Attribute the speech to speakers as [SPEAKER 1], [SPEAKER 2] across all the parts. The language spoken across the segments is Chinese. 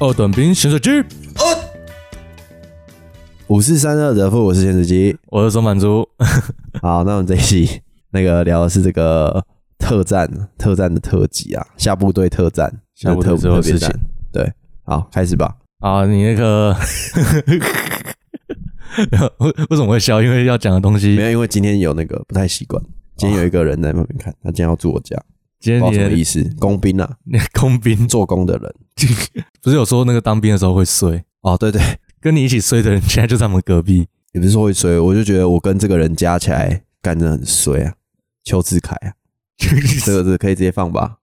[SPEAKER 1] 二等兵咸水鸡，
[SPEAKER 2] 五四三二的负，我是咸 水鸡。
[SPEAKER 1] 我是松满猪。
[SPEAKER 2] 好，那我们这一期那个聊的是这个特战，特战的特辑啊，下部队特战，
[SPEAKER 1] 下部队
[SPEAKER 2] 那
[SPEAKER 1] 之后
[SPEAKER 2] 特
[SPEAKER 1] 的
[SPEAKER 2] 特别
[SPEAKER 1] 事情
[SPEAKER 2] 战。对，好，开始吧。
[SPEAKER 1] 啊，你那个为为什么会笑？因为要讲的东
[SPEAKER 2] 没
[SPEAKER 1] 西，
[SPEAKER 2] 有，因为今天有那个不太习惯，今天有一个人在旁边看，他今天要住我家，
[SPEAKER 1] 今
[SPEAKER 2] 不
[SPEAKER 1] 天
[SPEAKER 2] 知道什么
[SPEAKER 1] 你
[SPEAKER 2] 意思。工兵啊，
[SPEAKER 1] 那个工兵
[SPEAKER 2] 做工的人。
[SPEAKER 1] 不是有说那个当兵的时候会睡，
[SPEAKER 2] 哦，对对，
[SPEAKER 1] 跟你一起睡的人现在就在我们隔壁。
[SPEAKER 2] 也不是说会衰，我就觉得我跟这个人加起来干得很衰啊。邱志凯啊，这个是可以直接放吧？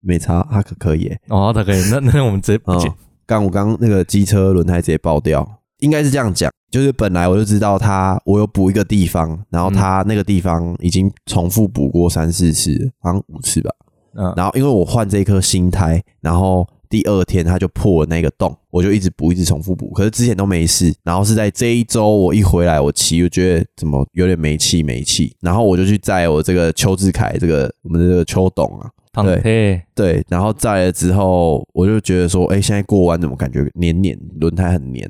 [SPEAKER 2] 没差，他可可以、欸。
[SPEAKER 1] 哦，他可以，那那我们直接不
[SPEAKER 2] 嗯
[SPEAKER 1] 剪，
[SPEAKER 2] 刚我刚那个机车轮胎直接爆掉，应该是这样讲，就是本来我就知道他，我有补一个地方，然后他那个地方已经重复补过三四次，好像五次吧。
[SPEAKER 1] 嗯，
[SPEAKER 2] 然后因为我换这颗新胎，然后第二天它就破了那个洞，我就一直补，一直重复补，可是之前都没事。然后是在这一周我一回来，我骑，我觉得怎么有点没气没气，然后我就去载我这个邱志凯，这个我们的这个邱董啊，
[SPEAKER 1] 躺退，
[SPEAKER 2] 对，然后载了之后，我就觉得说，哎、现在过弯怎么感觉黏黏，轮胎很黏，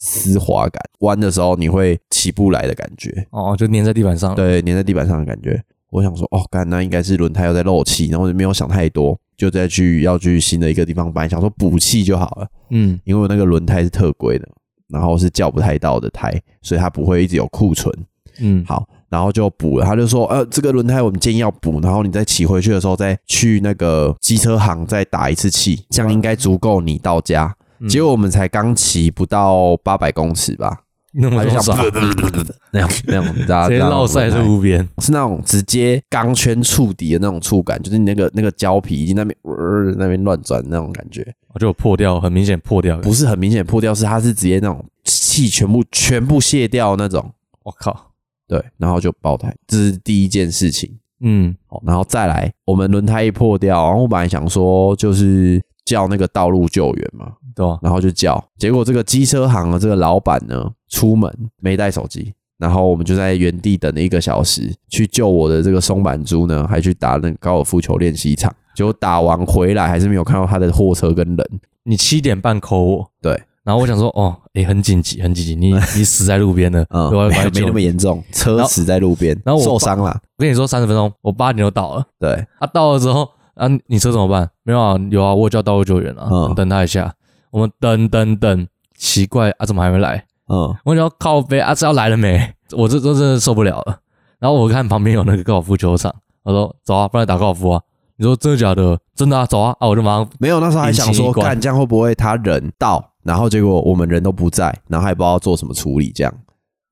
[SPEAKER 2] 丝滑感，弯的时候你会起不来的感觉，
[SPEAKER 1] 哦，就粘在地板上。，
[SPEAKER 2] 对，粘在地板上的感觉。我想说，哦，干，那应该是轮胎又在漏气，然后我就没有想太多，就再去要去新的一个地方，本来想说补气就好了，
[SPEAKER 1] 嗯，
[SPEAKER 2] 因为我那个轮胎是特规的，然后是叫不太到的胎，所以它不会一直有库存。
[SPEAKER 1] 嗯，
[SPEAKER 2] 好，然后就补了。他就说，呃，这个轮胎我们建议要补，然后你再骑回去的时候再去那个机车行再打一次气，这样应该足够你到家。
[SPEAKER 1] 嗯
[SPEAKER 2] 结果我们才刚骑不到八百公尺吧，
[SPEAKER 1] 那
[SPEAKER 2] 他
[SPEAKER 1] 么
[SPEAKER 2] 就
[SPEAKER 1] 多
[SPEAKER 2] 像
[SPEAKER 1] 少？
[SPEAKER 2] 那样那样，大家
[SPEAKER 1] 直接绕塞在路边。
[SPEAKER 2] 是那种直接钢圈触底的那种触感，就是你那个那个胶皮已经那边、呃、那边乱转那种感觉，
[SPEAKER 1] 我就有破掉，很明显破掉。
[SPEAKER 2] 不是很明显破掉，是它是直接那种气全部全部卸掉那种，
[SPEAKER 1] 我靠，
[SPEAKER 2] 对，然后就爆胎，这是第一件事情。
[SPEAKER 1] 嗯，
[SPEAKER 2] 哦，然后再来，我们轮胎一破掉，然后我本来想说就是叫那个道路救援嘛，
[SPEAKER 1] 对吧？
[SPEAKER 2] 然后就叫，结果这个机车行的这个老板呢，出门没带手机，然后我们就在原地等了一个小时，去救我的这个松板猪呢，还去打那个高尔夫球练习场，结果打完回来还是没有看到他的货车跟人，
[SPEAKER 1] 你七点半扣我，
[SPEAKER 2] 对，
[SPEAKER 1] 然后我想说，哦，诶，很紧急，很紧急， 你你死在路边了，
[SPEAKER 2] 嗯，
[SPEAKER 1] 我要
[SPEAKER 2] 没
[SPEAKER 1] 把你
[SPEAKER 2] 没
[SPEAKER 1] 救
[SPEAKER 2] 那么
[SPEAKER 1] 你
[SPEAKER 2] 严重，车
[SPEAKER 1] 啊然后
[SPEAKER 2] 死在路边，
[SPEAKER 1] 然后我爸
[SPEAKER 2] 受伤了，
[SPEAKER 1] 我跟你说三十分钟，我八点就到了，
[SPEAKER 2] 对，
[SPEAKER 1] 啊，到了之后，啊，你车怎么办？没有啊，有啊，我有叫道路救援啊，
[SPEAKER 2] 嗯
[SPEAKER 1] 等他一下，我们等等等，奇怪啊，怎么还没来？
[SPEAKER 2] 嗯，
[SPEAKER 1] 我想要靠背啊，这要来了没？我这这真的受不了了。然后我看旁边有那个高尔夫球场，我说走啊，不然打高尔夫啊。你说真的假的？真的啊，走啊啊！我就马上
[SPEAKER 2] 没有，那时候还想
[SPEAKER 1] 引擎一
[SPEAKER 2] 说，
[SPEAKER 1] 关
[SPEAKER 2] 干这样会不会他人到，然后结果我们人都不在，然后还不知道做什么处理，这样。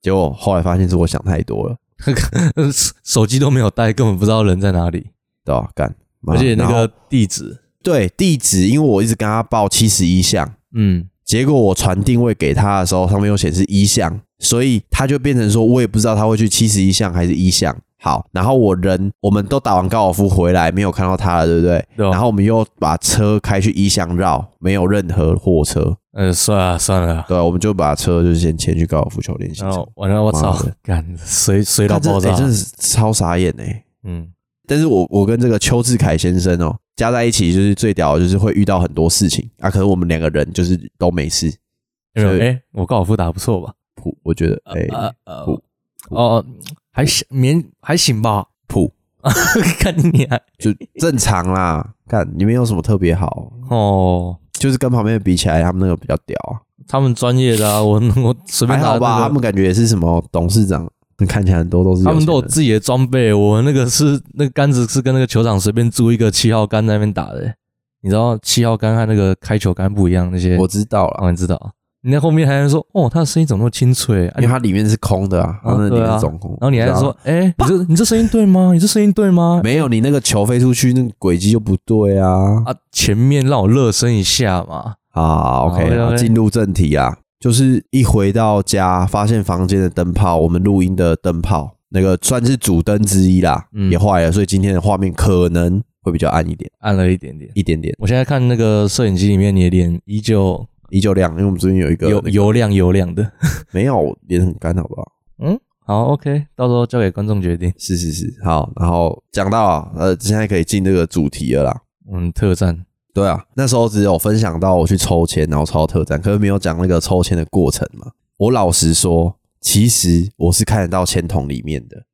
[SPEAKER 2] 结果后来发现是我想太多了，
[SPEAKER 1] 手机都没有带，根本不知道人在哪里，
[SPEAKER 2] 对吧、干，妈
[SPEAKER 1] 而且那
[SPEAKER 2] 嗯然后
[SPEAKER 1] 个地址，
[SPEAKER 2] 对地址，因为我一直跟他报七十一项，
[SPEAKER 1] 嗯，
[SPEAKER 2] 结果我传定位给他的时候，上面又显示一项，所以他就变成说我也不知道他会去七十一项还是一项。好，然后我人我们都打完高尔夫回来，没有看到他了，对不对？
[SPEAKER 1] 对啊
[SPEAKER 2] 然后我们又把车开去一巷绕，没有任何货车，
[SPEAKER 1] 呃，算了算了，
[SPEAKER 2] 对，我们就把车就先牵去高尔夫球练习
[SPEAKER 1] 然
[SPEAKER 2] 场。
[SPEAKER 1] 后完了，我操
[SPEAKER 2] 妈的，
[SPEAKER 1] 哦干衰衰到
[SPEAKER 2] 看这
[SPEAKER 1] 爆炸
[SPEAKER 2] 欸，真的是超傻眼哎、
[SPEAKER 1] 嗯，
[SPEAKER 2] 但是我我跟这个邱志凯先生哦、加在一起就是最屌，的就是会遇到很多事情啊。可是我们两个人就是都没事，
[SPEAKER 1] 有没有？
[SPEAKER 2] 所以
[SPEAKER 1] 哎，我高尔夫打得不错吧？
[SPEAKER 2] 普我觉得哎、
[SPEAKER 1] 呃呃
[SPEAKER 2] 不
[SPEAKER 1] 哦，还行，勉还行吧。
[SPEAKER 2] 普
[SPEAKER 1] 看你啊
[SPEAKER 2] 就正常啦。看你没有什么特别好，
[SPEAKER 1] 哦，
[SPEAKER 2] 就是跟旁边的比起来，他们那个比较屌啊，
[SPEAKER 1] 他们专业的啊，我我随便
[SPEAKER 2] 还
[SPEAKER 1] 打
[SPEAKER 2] 好
[SPEAKER 1] 那
[SPEAKER 2] 吧？
[SPEAKER 1] 个
[SPEAKER 2] 他们感觉也是什么董事长，嗯看起来很多都是
[SPEAKER 1] 他们
[SPEAKER 2] 钱
[SPEAKER 1] 都有
[SPEAKER 2] 人
[SPEAKER 1] 自己的装备，我那个是那个杆子是跟那个球场随便租一个七号杆在那边打的、你知道七号杆和那个开球杆不一样那些，
[SPEAKER 2] 我知道了，
[SPEAKER 1] 当然知道。你在后面还说哦，他的声音怎么那么清脆、啊
[SPEAKER 2] 因为？它里面是空的啊，它那里
[SPEAKER 1] 对
[SPEAKER 2] 面
[SPEAKER 1] 啊
[SPEAKER 2] 是中空。
[SPEAKER 1] 然后你还
[SPEAKER 2] 知道
[SPEAKER 1] 说，哎、你这你这声音对吗？ 你这声音对吗？
[SPEAKER 2] 没有，你那个球飞出去，那个轨迹就不对啊。
[SPEAKER 1] 啊，前面让我热身一下嘛。
[SPEAKER 2] 啊，OK，
[SPEAKER 1] 哦 OK，OK
[SPEAKER 2] 好进入正题啊，就是一回到家，发现房间的灯泡，我们录音的灯泡，那个算是主灯之一啦，
[SPEAKER 1] 嗯
[SPEAKER 2] 也坏了，所以今天的画面可能会比较暗一点，
[SPEAKER 1] 按了一点点。
[SPEAKER 2] 一点点，
[SPEAKER 1] 我现在看那个摄影机里面，你的脸依旧
[SPEAKER 2] 依旧亮，因为我们最近有一个
[SPEAKER 1] 油油亮油亮的。
[SPEAKER 2] 没有脸很干，好不好？
[SPEAKER 1] 嗯， 好，OK，到时候交给观众决定。
[SPEAKER 2] 是是是，好，然后讲到啊呃，现在可以进这个主题了啦。
[SPEAKER 1] 嗯，特战
[SPEAKER 2] 对啊，那时候只有分享到我去抽签，然后抽到特战，可是没有讲那个抽签的过程嘛。我老实说，其实我是看得到签筒里面的，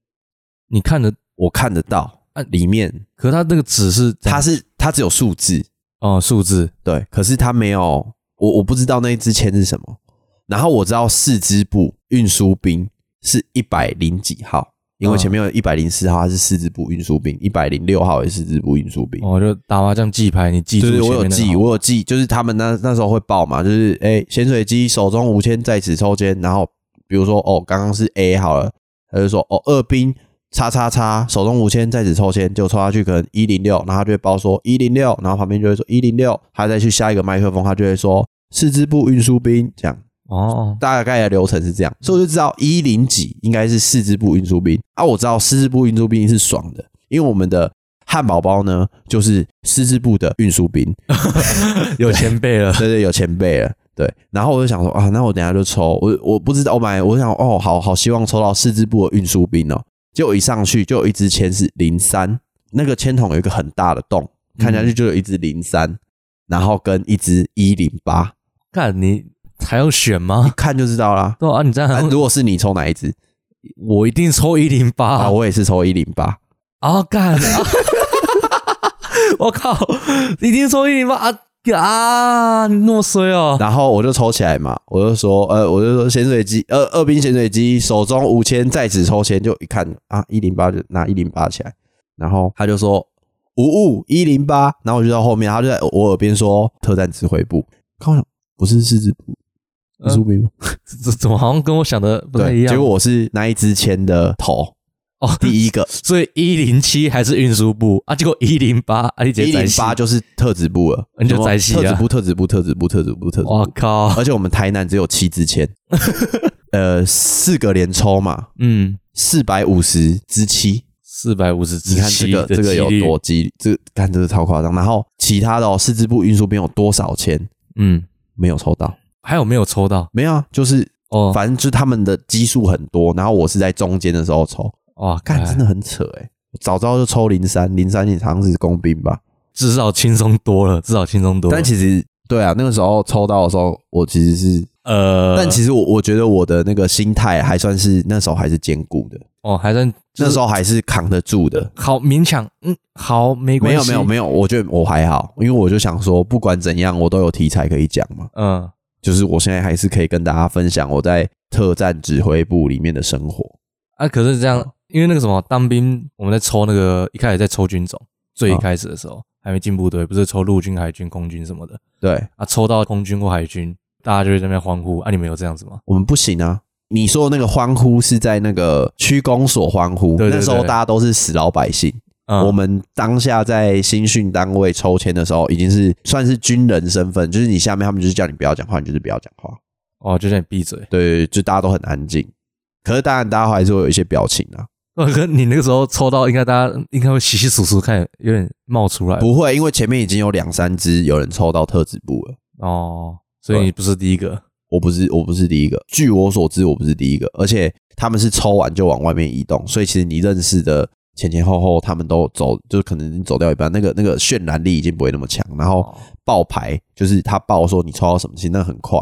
[SPEAKER 1] 你看的，
[SPEAKER 2] 我看得到
[SPEAKER 1] 啊
[SPEAKER 2] 里面，
[SPEAKER 1] 可是它那个纸是
[SPEAKER 2] 它是它只有数字，
[SPEAKER 1] 哦数字，
[SPEAKER 2] 对，可是它没有，我我不知道那一支签是什么。然后我知道四支部运输兵是一百零几号，因为
[SPEAKER 1] 嗯
[SPEAKER 2] 前面有一百零四号，它是四支部运输兵，一百零六号也是四支部运输兵。
[SPEAKER 1] 我哦就打麻将记牌，你记住
[SPEAKER 2] 对对，
[SPEAKER 1] 前
[SPEAKER 2] 我
[SPEAKER 1] 面
[SPEAKER 2] 有
[SPEAKER 1] 那个
[SPEAKER 2] 记，
[SPEAKER 1] 号
[SPEAKER 2] 我有记，就是他们那那时候会报嘛，就是哎，咸、水鸡手中无签在此抽签，然后比如说哦，刚刚是 A 好了，他就说哦，二兵叉叉叉手中无签在此抽签，就抽下去可能一零六，然后他就会报说一零六，然后旁边就会说一零六，他再去下一个麦克风，他就会说四支部运输兵这样。
[SPEAKER 1] 哦，
[SPEAKER 2] 大概的流程是这样，所以我就知道一零几应该是四支部运输兵啊。我知道四支部运输兵是爽的，因为我们的汉堡包呢就是四支部的运输兵，
[SPEAKER 1] 有前辈了，
[SPEAKER 2] 对对，有前辈了。对，然后我就想说啊，那我等一下就抽，我我不知道，我买，我想哦，好好希望抽到四支部的运输兵哦。结果一上去就有一支签是零三，那个签筒有一个很大的洞，看下去就有一支零三，然后跟一支一零八，
[SPEAKER 1] 看你还要选
[SPEAKER 2] 一
[SPEAKER 1] 吗？
[SPEAKER 2] 看就知道啦。
[SPEAKER 1] 对啊，你这样
[SPEAKER 2] 啊
[SPEAKER 1] 还
[SPEAKER 2] 如果是你抽哪一支
[SPEAKER 1] 我一定抽一零
[SPEAKER 2] 啊？
[SPEAKER 1] 八
[SPEAKER 2] 我也是抽一零八，
[SPEAKER 1] 啊！干， 啊我靠，一定抽一零八啊啊！你那么衰 哦，
[SPEAKER 2] 然后我就抽起来嘛，我就说，呃，我就说咸水鸡，呃，二兵咸水鸡，手中无签，在此抽签，就一看啊，一零八就拿一零八起来，然后他就说无误一零八，然后我就到后面，他就在我耳边说特战指挥部，看我想不是四支部，
[SPEAKER 1] 呃
[SPEAKER 2] 四支部，
[SPEAKER 1] 这这怎么好像跟我想的不太一
[SPEAKER 2] 对，
[SPEAKER 1] 样？
[SPEAKER 2] 结果我是那一支签的头
[SPEAKER 1] 哦，
[SPEAKER 2] 第一个，
[SPEAKER 1] 所以一零七还是运输部啊，结果一零八啊，你直
[SPEAKER 2] 一
[SPEAKER 1] 接
[SPEAKER 2] 零
[SPEAKER 1] 宰
[SPEAKER 2] 八
[SPEAKER 1] 戏
[SPEAKER 2] 就是特指部了，
[SPEAKER 1] 你就宅系啊
[SPEAKER 2] 特指部，特指部，特指部，特指部，特指
[SPEAKER 1] 我
[SPEAKER 2] 部，
[SPEAKER 1] 靠，
[SPEAKER 2] 而且我们台南只有七支签，呃，四个连抽嘛，
[SPEAKER 1] 嗯，
[SPEAKER 2] 四百五十之七，
[SPEAKER 1] 四百五十
[SPEAKER 2] 你
[SPEAKER 1] 只
[SPEAKER 2] 看这
[SPEAKER 1] 七
[SPEAKER 2] 个
[SPEAKER 1] 的
[SPEAKER 2] 这个有
[SPEAKER 1] 几率
[SPEAKER 2] 多激，这个看这个超夸张。然后其他的哦，四支部运输兵有多少钱
[SPEAKER 1] 嗯，
[SPEAKER 2] 没有抽到？
[SPEAKER 1] 还有没有抽到？
[SPEAKER 2] 没有啊，就是
[SPEAKER 1] 哦，
[SPEAKER 2] 反正就是他们的基数很多，然后我是在中间的时候抽，
[SPEAKER 1] 哇，
[SPEAKER 2] 看真
[SPEAKER 1] 的
[SPEAKER 2] 的很扯诶、我早知道就抽零三，零三也好像是工兵吧，
[SPEAKER 1] 至少轻松多了，至少轻松多了。
[SPEAKER 2] 但其实对啊，那个时候抽到的时候，我其实是，
[SPEAKER 1] 呃，
[SPEAKER 2] 但其实我我觉得我的那个心态还算是那时候还是坚固的，
[SPEAKER 1] 哦，还算
[SPEAKER 2] 那时
[SPEAKER 1] 候
[SPEAKER 2] 候还是扛得住的，
[SPEAKER 1] 好勉强，嗯，好，没关
[SPEAKER 2] 没
[SPEAKER 1] 系，
[SPEAKER 2] 有没有
[SPEAKER 1] 有，
[SPEAKER 2] 没有，我觉得我还好，因为我就想说，不管怎样，我都有题材可以讲嘛。
[SPEAKER 1] 嗯，
[SPEAKER 2] 就是我现在还是可以跟大家分享我在特战指挥部里面的生活。
[SPEAKER 1] 啊，可是这
[SPEAKER 2] 嗯
[SPEAKER 1] 样，因为那个什么当兵，我们在抽那个一开始在抽军种，
[SPEAKER 2] 嗯
[SPEAKER 1] 最一开始的时候还没进部队，不是抽陆军、海军、空军什么的
[SPEAKER 2] 对
[SPEAKER 1] 啊，抽到空军或海军，大家就会在那边欢呼啊，你们有这样子吗？
[SPEAKER 2] 我们不行啊！你说的那个欢呼是在那个区公所欢呼，
[SPEAKER 1] 对对对
[SPEAKER 2] 那时候大家都是死老百姓。
[SPEAKER 1] 嗯，
[SPEAKER 2] 我们当下在新训单位抽签的时候，已经是算是军人身份，就是你下面他们就是叫你不要讲话，你就是不要讲话。
[SPEAKER 1] 哦，就叫你闭嘴。
[SPEAKER 2] 对对，对就大家都很安静。可是当然，大家还是会有一些表情啊。
[SPEAKER 1] 我哥，哦你那个时候抽到，应该大家应该会稀稀疏疏看，有点冒出来。
[SPEAKER 2] 不会，因为前面已经有两三只有人抽到特指部了。
[SPEAKER 1] 哦，所以你不是第一个。
[SPEAKER 2] 我不是，我不是第一个。据我所知，我不是第一个，而且他们是抽完就往外面移动，所以其实你认识的前前后后，他们都走，就是可能已经走掉一半，那个那个渲染力已经不会那么强。然后
[SPEAKER 1] 哦
[SPEAKER 2] 爆牌，就是他爆说你抽到什么，其实那很快，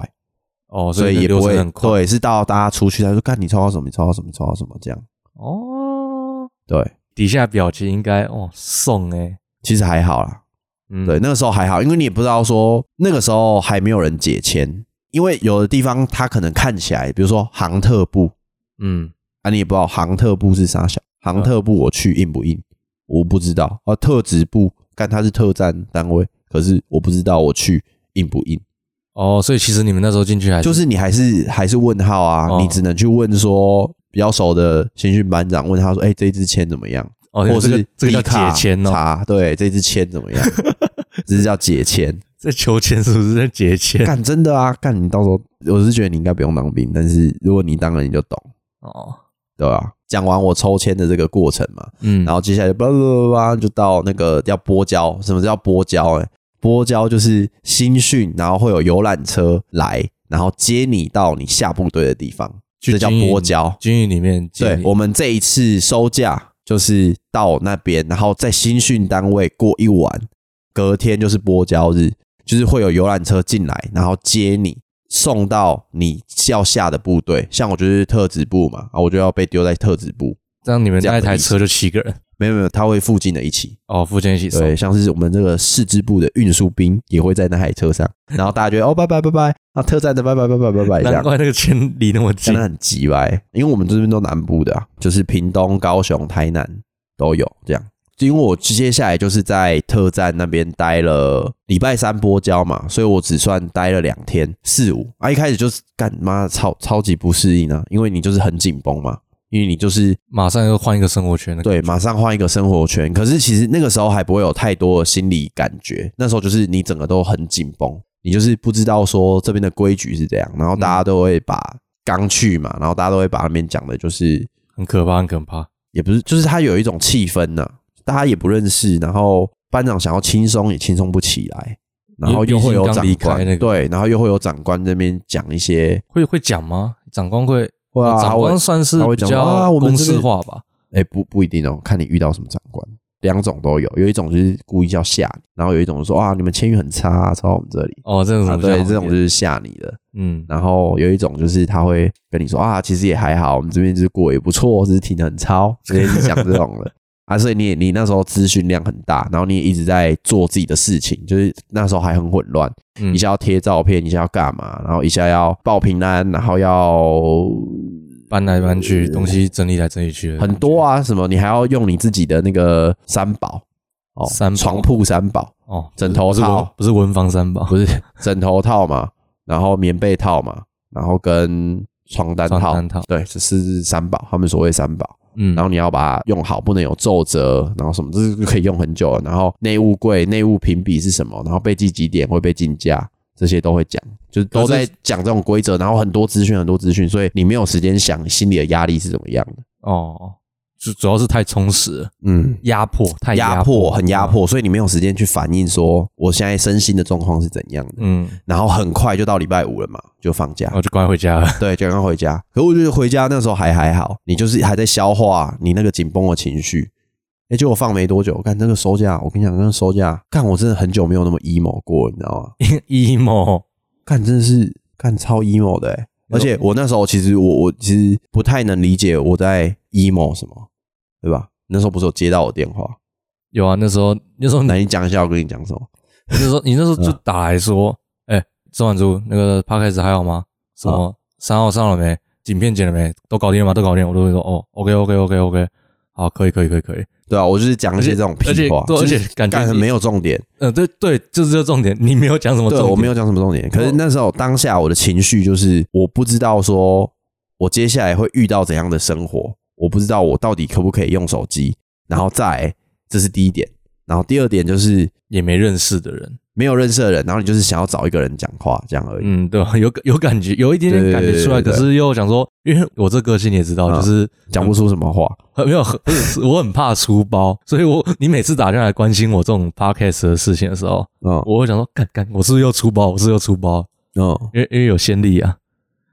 [SPEAKER 1] 哦，
[SPEAKER 2] 所
[SPEAKER 1] 以
[SPEAKER 2] 以也
[SPEAKER 1] 流
[SPEAKER 2] 不
[SPEAKER 1] 程
[SPEAKER 2] 会
[SPEAKER 1] 很快。
[SPEAKER 2] 对，是到大家出去，他说看你抽到什么，你抽到什么，你抽到什么这样。
[SPEAKER 1] 哦，
[SPEAKER 2] 对，
[SPEAKER 1] 底下表情应该哦送哎、
[SPEAKER 2] 其实还好啦，
[SPEAKER 1] 嗯，
[SPEAKER 2] 对，，那个时候还好，因为你也不知道说那个时候还没有人解签，因为有的地方它可能看起来，比如说航特部
[SPEAKER 1] 嗯，
[SPEAKER 2] 啊，你也不知道航特部是啥小，航特部我去硬不硬，我不知道啊，特指部干它是特战单位，可是我不知道我去硬不硬，
[SPEAKER 1] 哦，所以其实你们那时候进去还
[SPEAKER 2] 就是你还是还是问号啊，
[SPEAKER 1] 哦
[SPEAKER 2] 你只能去问说比较熟的新训班长，问他说，哎、这一支签怎么样？
[SPEAKER 1] 哦，这
[SPEAKER 2] 或者是
[SPEAKER 1] 个这个
[SPEAKER 2] 低卡
[SPEAKER 1] 叫解签哦，
[SPEAKER 2] 查对，这支签怎 么样？这是叫解签。
[SPEAKER 1] 这求签是不是在解签？
[SPEAKER 2] 干真的啊，干你到时候，我是觉得你应该不用当兵，但是如果你当了，你就懂，
[SPEAKER 1] 哦，
[SPEAKER 2] 对吧、讲完我抽签的这个过程嘛，
[SPEAKER 1] 嗯，
[SPEAKER 2] 然后接下来就叭叭叭叭就到那个叫拨交，什么叫拨交、欸？哎，拨交就是新训，然后会有游览车来，然后接你到你下部队的地方，
[SPEAKER 1] 去
[SPEAKER 2] 这叫
[SPEAKER 1] 军营
[SPEAKER 2] 拨交。
[SPEAKER 1] 军营里面接
[SPEAKER 2] 对
[SPEAKER 1] 你，
[SPEAKER 2] 我们这一次收假就是到那边，然后在新训单位过一晚，隔天就是拨交日，就是会有游览车进来，然后接你送到你要下的部队。像我就是特指部嘛，啊，我就要被丢在特指部。
[SPEAKER 1] 这样你们
[SPEAKER 2] 这样
[SPEAKER 1] 那一
[SPEAKER 2] 的
[SPEAKER 1] 台
[SPEAKER 2] 意思
[SPEAKER 1] 车就七个人
[SPEAKER 2] 没有没有，他会附近的一起，
[SPEAKER 1] 哦，附近一起送。
[SPEAKER 2] 对，像是我们这个四支部的运输兵也会在那台车上，然后大家觉得哦，拜拜拜拜，啊，特战的拜拜拜拜拜拜这
[SPEAKER 1] 难
[SPEAKER 2] 样。
[SPEAKER 1] 怪那个钱离那么近
[SPEAKER 2] 真的。很急歪，因为我们这边都南部的、啊，就是屏东、高雄、台南都有这样。因为我接下来就是在特站那边待了礼拜三播交嘛，所以我只算待了两天四五啊。一开始就是干妈的超超级不适应啊，因为你就是很紧绷嘛，因为你就是
[SPEAKER 1] 马上又换一个生活圈了。
[SPEAKER 2] 对，马上换一个生活圈。可是其实那个时候还不会有太多的心理感觉，那时候就是你整个都很紧绷，你就是不知道说这边的规矩是这样，然后大家都会把刚去嘛，然后大家都会把那边讲的就是
[SPEAKER 1] 很可怕，很可怕。
[SPEAKER 2] 也不是，就是他有一种气氛呐、大家也不认识，然后班长想要轻松也轻松不起来，然后又会有
[SPEAKER 1] 因为
[SPEAKER 2] 长
[SPEAKER 1] 毕竟刚离开
[SPEAKER 2] 官
[SPEAKER 1] 那个
[SPEAKER 2] 对，然后又会有长官这边讲一些。
[SPEAKER 1] 会会讲吗？长官会，
[SPEAKER 2] 哇
[SPEAKER 1] 长官算是
[SPEAKER 2] 啊他会
[SPEAKER 1] 比
[SPEAKER 2] 讲
[SPEAKER 1] 较
[SPEAKER 2] 哇我们
[SPEAKER 1] 公
[SPEAKER 2] 这
[SPEAKER 1] 式
[SPEAKER 2] 边
[SPEAKER 1] 化吧。
[SPEAKER 2] 哎、不不一定哦，看你遇到什么长官，两种都有，有一种就是故意要吓你，然后有一种就说啊你们签约很差、啊，抄到我们这里，
[SPEAKER 1] 哦，这种
[SPEAKER 2] 啊、
[SPEAKER 1] 比较
[SPEAKER 2] 对，
[SPEAKER 1] 好
[SPEAKER 2] 这种
[SPEAKER 1] 一
[SPEAKER 2] 就
[SPEAKER 1] 点
[SPEAKER 2] 是吓你的，
[SPEAKER 1] 嗯，
[SPEAKER 2] 然后有一种就是他会跟你说啊其实也还好，我们这边就是过得也不错，只是挺得很超，直接是讲这种的。 啊，所以你也你那时候资讯量很大，然后你也一直在做自己的事情，就是那时候还很混乱，
[SPEAKER 1] 嗯
[SPEAKER 2] 一下要贴照片，一下要干嘛，然后一下要报平安，然后要
[SPEAKER 1] 搬来搬去，东西整理来整理去的感觉，
[SPEAKER 2] 呃很多啊，什么你还要用你自己的那个三宝哦，
[SPEAKER 1] 三宝
[SPEAKER 2] 床铺三宝，
[SPEAKER 1] 哦。
[SPEAKER 2] 枕头
[SPEAKER 1] 不是文
[SPEAKER 2] 套
[SPEAKER 1] 不是文房三宝，
[SPEAKER 2] 不 是枕头套嘛，然后棉被套嘛，然后跟床单套，
[SPEAKER 1] 床单套
[SPEAKER 2] 对，这是三宝，他们所谓三宝。
[SPEAKER 1] 嗯，
[SPEAKER 2] 然后你要把它用好，不能有皱褶，然后什么，这是可以用很久了。然后内务柜、内务评比是什么，然后被记几点会被竞价，这些都会讲，就是
[SPEAKER 1] 可
[SPEAKER 2] 都
[SPEAKER 1] 是
[SPEAKER 2] 在讲这种规则，然后很多资讯，很多资讯，所以你没有时间想心里的压力是怎么样的。
[SPEAKER 1] 哦，主主要是太充实了，
[SPEAKER 2] 嗯，
[SPEAKER 1] 压迫太
[SPEAKER 2] 压迫，
[SPEAKER 1] 迫，
[SPEAKER 2] 很压。迫，所以你没有时间去反应说我现在身心的状况是怎样的。
[SPEAKER 1] 嗯，
[SPEAKER 2] 然后很快就到礼拜五了嘛，就放假
[SPEAKER 1] 然，后就乖回家了。
[SPEAKER 2] 对，就刚回家。可我觉得回家那时候还还好，你就是还在消化你那个紧绷的情绪。哎，结果放没多久，看那个收假，我跟你讲，那个收假，看我真的很久没有那么 emo 过，你知道吗？
[SPEAKER 1] E emo，
[SPEAKER 2] 看真的是看超 emo 的、欸，
[SPEAKER 1] 你说
[SPEAKER 2] 而且我那时候其实我我其实不太能理解我在 emo 什么，对吧？那时候不是有接到我电话，
[SPEAKER 1] 有啊，那时候那时候
[SPEAKER 2] 那你讲一下我跟你讲什么？
[SPEAKER 1] 那时候你那时候就
[SPEAKER 2] 嗯
[SPEAKER 1] 打来说，哎、周婉珠，那个 p 开始还好吗？什
[SPEAKER 2] 嗯
[SPEAKER 1] 么三号上了没？影片剪了没？都搞定了吗？都搞定了，我都会说哦，OK OK OK OK，好，可以可以可以可以。
[SPEAKER 2] 对啊，我就是讲一些这种
[SPEAKER 1] 而且
[SPEAKER 2] 屁话，
[SPEAKER 1] 对
[SPEAKER 2] 就是
[SPEAKER 1] 而且感觉
[SPEAKER 2] 干很
[SPEAKER 1] 你
[SPEAKER 2] 没有重点。
[SPEAKER 1] 嗯、对对，就是这个重点，你没有讲什么重
[SPEAKER 2] 对
[SPEAKER 1] 点，哦
[SPEAKER 2] 我没有讲什么重点，可是那时候当下我的情绪就是我不知道说我接下来会遇到怎样的生活，我不知道我到底可不可以用手机。然后再来这是第一点，然后第二点就是
[SPEAKER 1] 也没认识的人，
[SPEAKER 2] 没有认识的人，然后你就是想要找一个人讲话这样而已。
[SPEAKER 1] 嗯，对吧？有有感觉，有一点点
[SPEAKER 2] 对
[SPEAKER 1] 感觉出来，
[SPEAKER 2] 对对
[SPEAKER 1] 可是又想说，因为我这个性你也知道，
[SPEAKER 2] 嗯
[SPEAKER 1] 就是
[SPEAKER 2] 讲不出什么话，
[SPEAKER 1] 很没有，很不是我很怕出包，所以我你每次打电话来关心我这种 podcast 的事情的时候，
[SPEAKER 2] 嗯
[SPEAKER 1] 我会想说，干干，我是不是又出包？我是不是又出包？
[SPEAKER 2] 嗯
[SPEAKER 1] 因为因为有先例啊。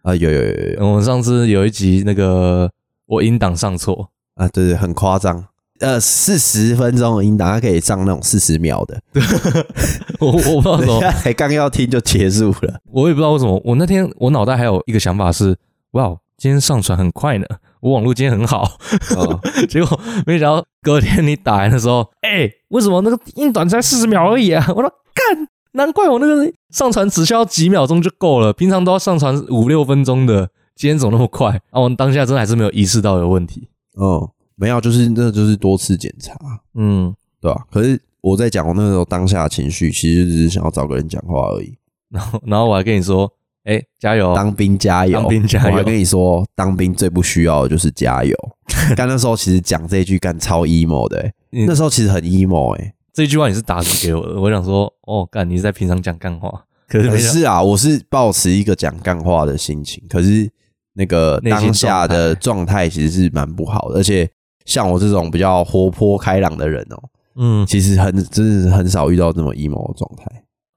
[SPEAKER 2] 啊，有有有有有
[SPEAKER 1] 我们上次有一集那个我音档上错，
[SPEAKER 2] 啊，对对，很夸张，呃，四十分钟的音档，它可以上那种四十秒的，
[SPEAKER 1] 我我不知道哦为什
[SPEAKER 2] 人
[SPEAKER 1] 么
[SPEAKER 2] 家，才 刚要听就结束了，
[SPEAKER 1] 我也不知道为什么，我那天我脑袋还有一个想法是，哇，今天上传很快呢，我网络今天很好，
[SPEAKER 2] 嗯
[SPEAKER 1] 结果没想到隔天你打来的时候，哎、为什么那个音档才四十秒而已啊？我说干，难怪我那个上传只需要几秒钟就够了，平常都要上传五六分钟的，今天怎么那么快？啊，我当下真的还是没有意识到有问题，
[SPEAKER 2] 嗯，没有，就是那就是多次检查，
[SPEAKER 1] 嗯，
[SPEAKER 2] 对吧、可是我在讲我那时候当下的情绪，其实就只是想要找个人讲话而已。
[SPEAKER 1] 然后然后我还跟你说，哎、加油，
[SPEAKER 2] 当兵加油，
[SPEAKER 1] 当兵加油
[SPEAKER 2] 我还跟你说，当兵最不需要的就是加油。干那时候其实讲这一句干超 emo 的、欸，
[SPEAKER 1] 嗯
[SPEAKER 2] 那时候其实很 emo 哎、
[SPEAKER 1] 这句话你是打字给我的，我想说，哦，干，你是在平常讲干话，可是
[SPEAKER 2] 可
[SPEAKER 1] 没想
[SPEAKER 2] 是啊，我是抱持一个讲干话的心情，可是那个
[SPEAKER 1] 内心
[SPEAKER 2] 当下的状态其实是蛮不好的，而且像我这种比较活泼开朗的人哦、
[SPEAKER 1] 嗯，
[SPEAKER 2] 其实很真的是很少遇到这么 emo 的状态。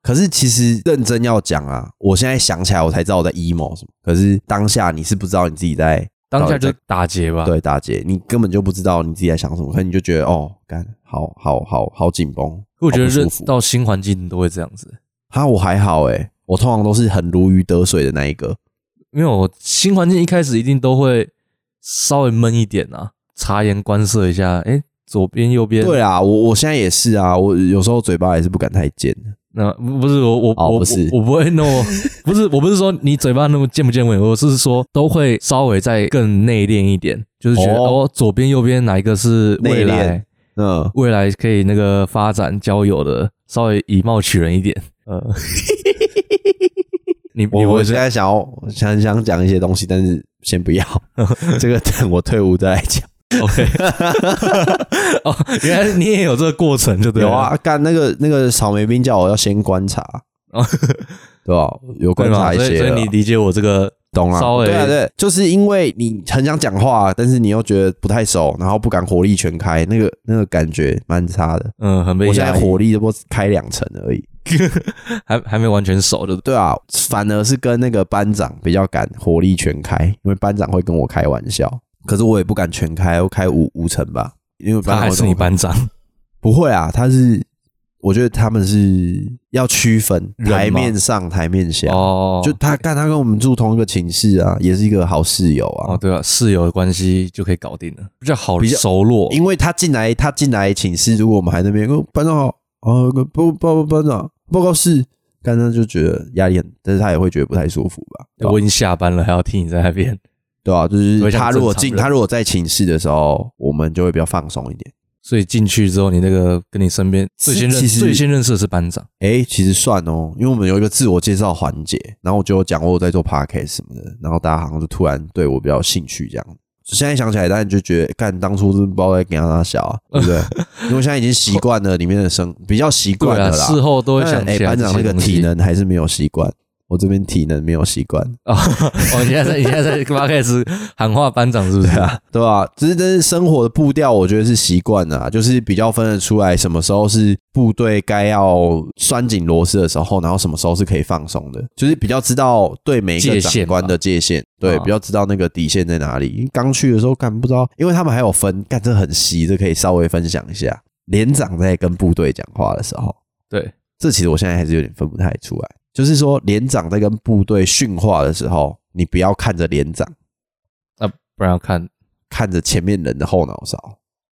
[SPEAKER 2] 可是其实认真要讲啊，我现在想起来我才知道我在 emo 什么。可是当下你是不知道你自己在
[SPEAKER 1] 当下就打劫吧，，
[SPEAKER 2] 对大姐，你根本就不知道你自己在想什么，可能你就觉得哦，干好好好好紧绷，
[SPEAKER 1] 我觉得
[SPEAKER 2] 好不
[SPEAKER 1] 这
[SPEAKER 2] 舒服
[SPEAKER 1] 到新环境都会这样子，
[SPEAKER 2] 哈，我还好诶、我通常都是很如鱼得水的那一个。
[SPEAKER 1] 因为我新环境一开始一定都会稍微闷一点啊，察言观色一下，哎、左边右边，
[SPEAKER 2] 对啊，我我现在也是啊，我有时候嘴巴也是不敢太尖。
[SPEAKER 1] 那、不是我我、
[SPEAKER 2] 哦
[SPEAKER 1] 我
[SPEAKER 2] 不是
[SPEAKER 1] 我我不会那么 不是我不是说你嘴巴那么健不健胃，我是说都会稍微再更内敛一点，就是觉得
[SPEAKER 2] 哦
[SPEAKER 1] 哦左边右边哪一个是未
[SPEAKER 2] 内
[SPEAKER 1] 来
[SPEAKER 2] 敛嗯，
[SPEAKER 1] 未来可以那个发展交友的，稍微以貌取人一点。呃，你你
[SPEAKER 2] 我
[SPEAKER 1] 不
[SPEAKER 2] 我
[SPEAKER 1] 会
[SPEAKER 2] 现
[SPEAKER 1] 这样
[SPEAKER 2] 在想要想想讲一些东西，但是先 不要，这个等我退伍再来讲。
[SPEAKER 1] OK？哦， 原来你也有这个过程，就对了
[SPEAKER 2] 有啊，干那个那个草莓兵叫我要先观察，
[SPEAKER 1] 哦
[SPEAKER 2] 对吧、有
[SPEAKER 1] 对
[SPEAKER 2] 观
[SPEAKER 1] 嘛
[SPEAKER 2] 察一
[SPEAKER 1] 所以
[SPEAKER 2] 些
[SPEAKER 1] 所
[SPEAKER 2] 了，
[SPEAKER 1] 以你理解我这个
[SPEAKER 2] 懂了。
[SPEAKER 1] 稍微
[SPEAKER 2] 对啊对，就是因为你很想讲话，但是你又觉得不太熟，然后不敢火力全开，那个那个感觉蛮差的。
[SPEAKER 1] 嗯很被
[SPEAKER 2] 我现在
[SPEAKER 1] 压抑
[SPEAKER 2] 火力都不开两成而已。
[SPEAKER 1] 还还没完全熟，对不对？
[SPEAKER 2] 对啊，反而是跟那个班长比较敢火力全开，因为班长会跟我开玩笑，可是我也不敢全开，我开五五成吧，因为班
[SPEAKER 1] 他
[SPEAKER 2] 长
[SPEAKER 1] 还
[SPEAKER 2] 会
[SPEAKER 1] 是
[SPEAKER 2] 跟
[SPEAKER 1] 你
[SPEAKER 2] 我开
[SPEAKER 1] 班长，
[SPEAKER 2] 不会啊，他是我觉得他们是要区分
[SPEAKER 1] 人吗
[SPEAKER 2] 台面上台面下，
[SPEAKER 1] 哦
[SPEAKER 2] 就他干他跟我们住同一个寝室啊，也是一个好室友啊，
[SPEAKER 1] 哦，对啊，室友的关系就可以搞定了，比较好
[SPEAKER 2] 比较
[SPEAKER 1] 熟络。
[SPEAKER 2] 因为他进来他进来寝室，如果我们还在那边哦班长好，哦报报班长报告室，干他就觉得压力很，但是他也会觉得不太舒服吧，对吧
[SPEAKER 1] 我已经下班了，还要听你在那边。
[SPEAKER 2] 对啊，就
[SPEAKER 1] 会
[SPEAKER 2] 是
[SPEAKER 1] 像
[SPEAKER 2] 他如果
[SPEAKER 1] 正
[SPEAKER 2] 进
[SPEAKER 1] 常人
[SPEAKER 2] 他如果在寝室的时候，我们就会比较放松一点。
[SPEAKER 1] 所以进去之后，你那个跟你身边
[SPEAKER 2] 是
[SPEAKER 1] 最先认
[SPEAKER 2] 其实
[SPEAKER 1] 最先认识的是班长，
[SPEAKER 2] 诶，其实算哦，因为我们有一个自我介绍环节，然后我就有讲我有在做 podcast 什么的，然后大家好像就突然对我比较有兴趣这样。现在想起来，当然就觉得，干当初真不知道在给他小、 啊，对不对？因为我现在已经习惯了里面的生，比较习
[SPEAKER 1] 对
[SPEAKER 2] 惯了
[SPEAKER 1] 啊，
[SPEAKER 2] 啦。
[SPEAKER 1] 事后都会
[SPEAKER 2] 但
[SPEAKER 1] 想
[SPEAKER 2] 诶
[SPEAKER 1] 起来
[SPEAKER 2] 班
[SPEAKER 1] 这
[SPEAKER 2] 长那
[SPEAKER 1] 些
[SPEAKER 2] 个
[SPEAKER 1] 东西。
[SPEAKER 2] 体能还是没有习惯，我这边体能没有习惯。
[SPEAKER 1] 哦，我现在在你现在在刚开始喊话班长是不是？
[SPEAKER 2] 对啊，对啊，只是但是生活的步调，我觉得是习惯了啊，就是比较分得出来什么时候是部队该要拴紧螺丝的时候，然后什么时候是可以放松的，就是比较知道对每一
[SPEAKER 1] 界
[SPEAKER 2] 个
[SPEAKER 1] 限
[SPEAKER 2] 长官的界限，对，
[SPEAKER 1] 啊
[SPEAKER 2] 比较知道那个底线在哪里。刚去的时候干不知道，因为他们还有分，干这很细，这可以稍微分享一下。连长在跟部队讲话的时候，
[SPEAKER 1] 对，
[SPEAKER 2] 这其实我现在还是有点分不太出来，就是说连长在跟部队训话的时候，你不要看着连长。
[SPEAKER 1] 那啊不然要看
[SPEAKER 2] 看着前面人的后脑勺。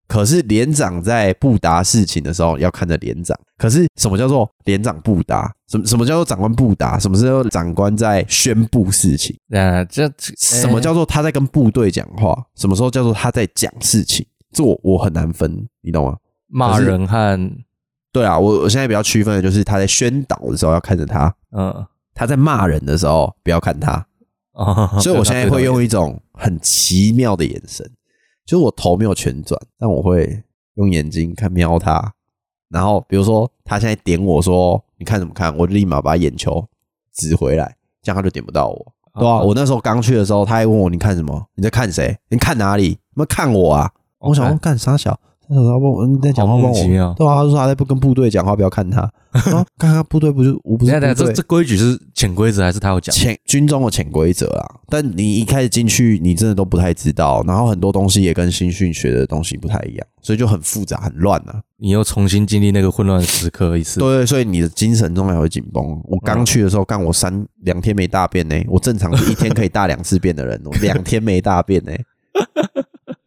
[SPEAKER 2] 可是连长在不达事情的时候要看着连长。可是什么叫做连长不达？什么什么叫做长官不达？什么叫做长官在宣布事情？
[SPEAKER 1] 那这哎
[SPEAKER 2] 什么叫做他在跟部队讲话？什么时候叫做他在讲事情？这我我很难分，你懂吗？
[SPEAKER 1] 骂
[SPEAKER 2] 可是
[SPEAKER 1] 人和
[SPEAKER 2] 对啊，我我现在比较区分的就是他在宣导的时候要看着他，
[SPEAKER 1] 嗯
[SPEAKER 2] 他在骂人的时候不要看他。
[SPEAKER 1] 哦，
[SPEAKER 2] 所以我现在会
[SPEAKER 1] 对
[SPEAKER 2] 用一种很奇妙的眼神，就是我头没有全转，但我会用眼睛看瞄他，然后比如说他现在点我说你看什么看，我就立马把眼球指回来，这样他就点不到我。
[SPEAKER 1] 啊
[SPEAKER 2] 对啊，我那时候刚去的时候，他还问我你看什么？你在看谁？你看哪里？你们看我啊！我想说干啥小？他想要问我你在讲话
[SPEAKER 1] 哦哎好莫
[SPEAKER 2] 问我，
[SPEAKER 1] 名其妙
[SPEAKER 2] 对啊，他就说他在不跟部队讲话，不要看他。然后看他部队不就我不
[SPEAKER 1] 等一
[SPEAKER 2] 是
[SPEAKER 1] 下等一
[SPEAKER 2] 部
[SPEAKER 1] 下，
[SPEAKER 2] 队
[SPEAKER 1] 这这规矩是潜规则还是他有讲？
[SPEAKER 2] 潜军中的潜规则啦，但你一开始进去，你真的都不太知道，然后很多东西也跟新训学的东西不太一样，所以就很复杂、很乱啊。
[SPEAKER 1] 你又重新经历那个混乱的时刻一次，
[SPEAKER 2] 对，所以你的精神状态会紧绷。我刚去的时候，干我三两天没大便呢、我正常是一天可以大两次便的人，我两天没大便呢、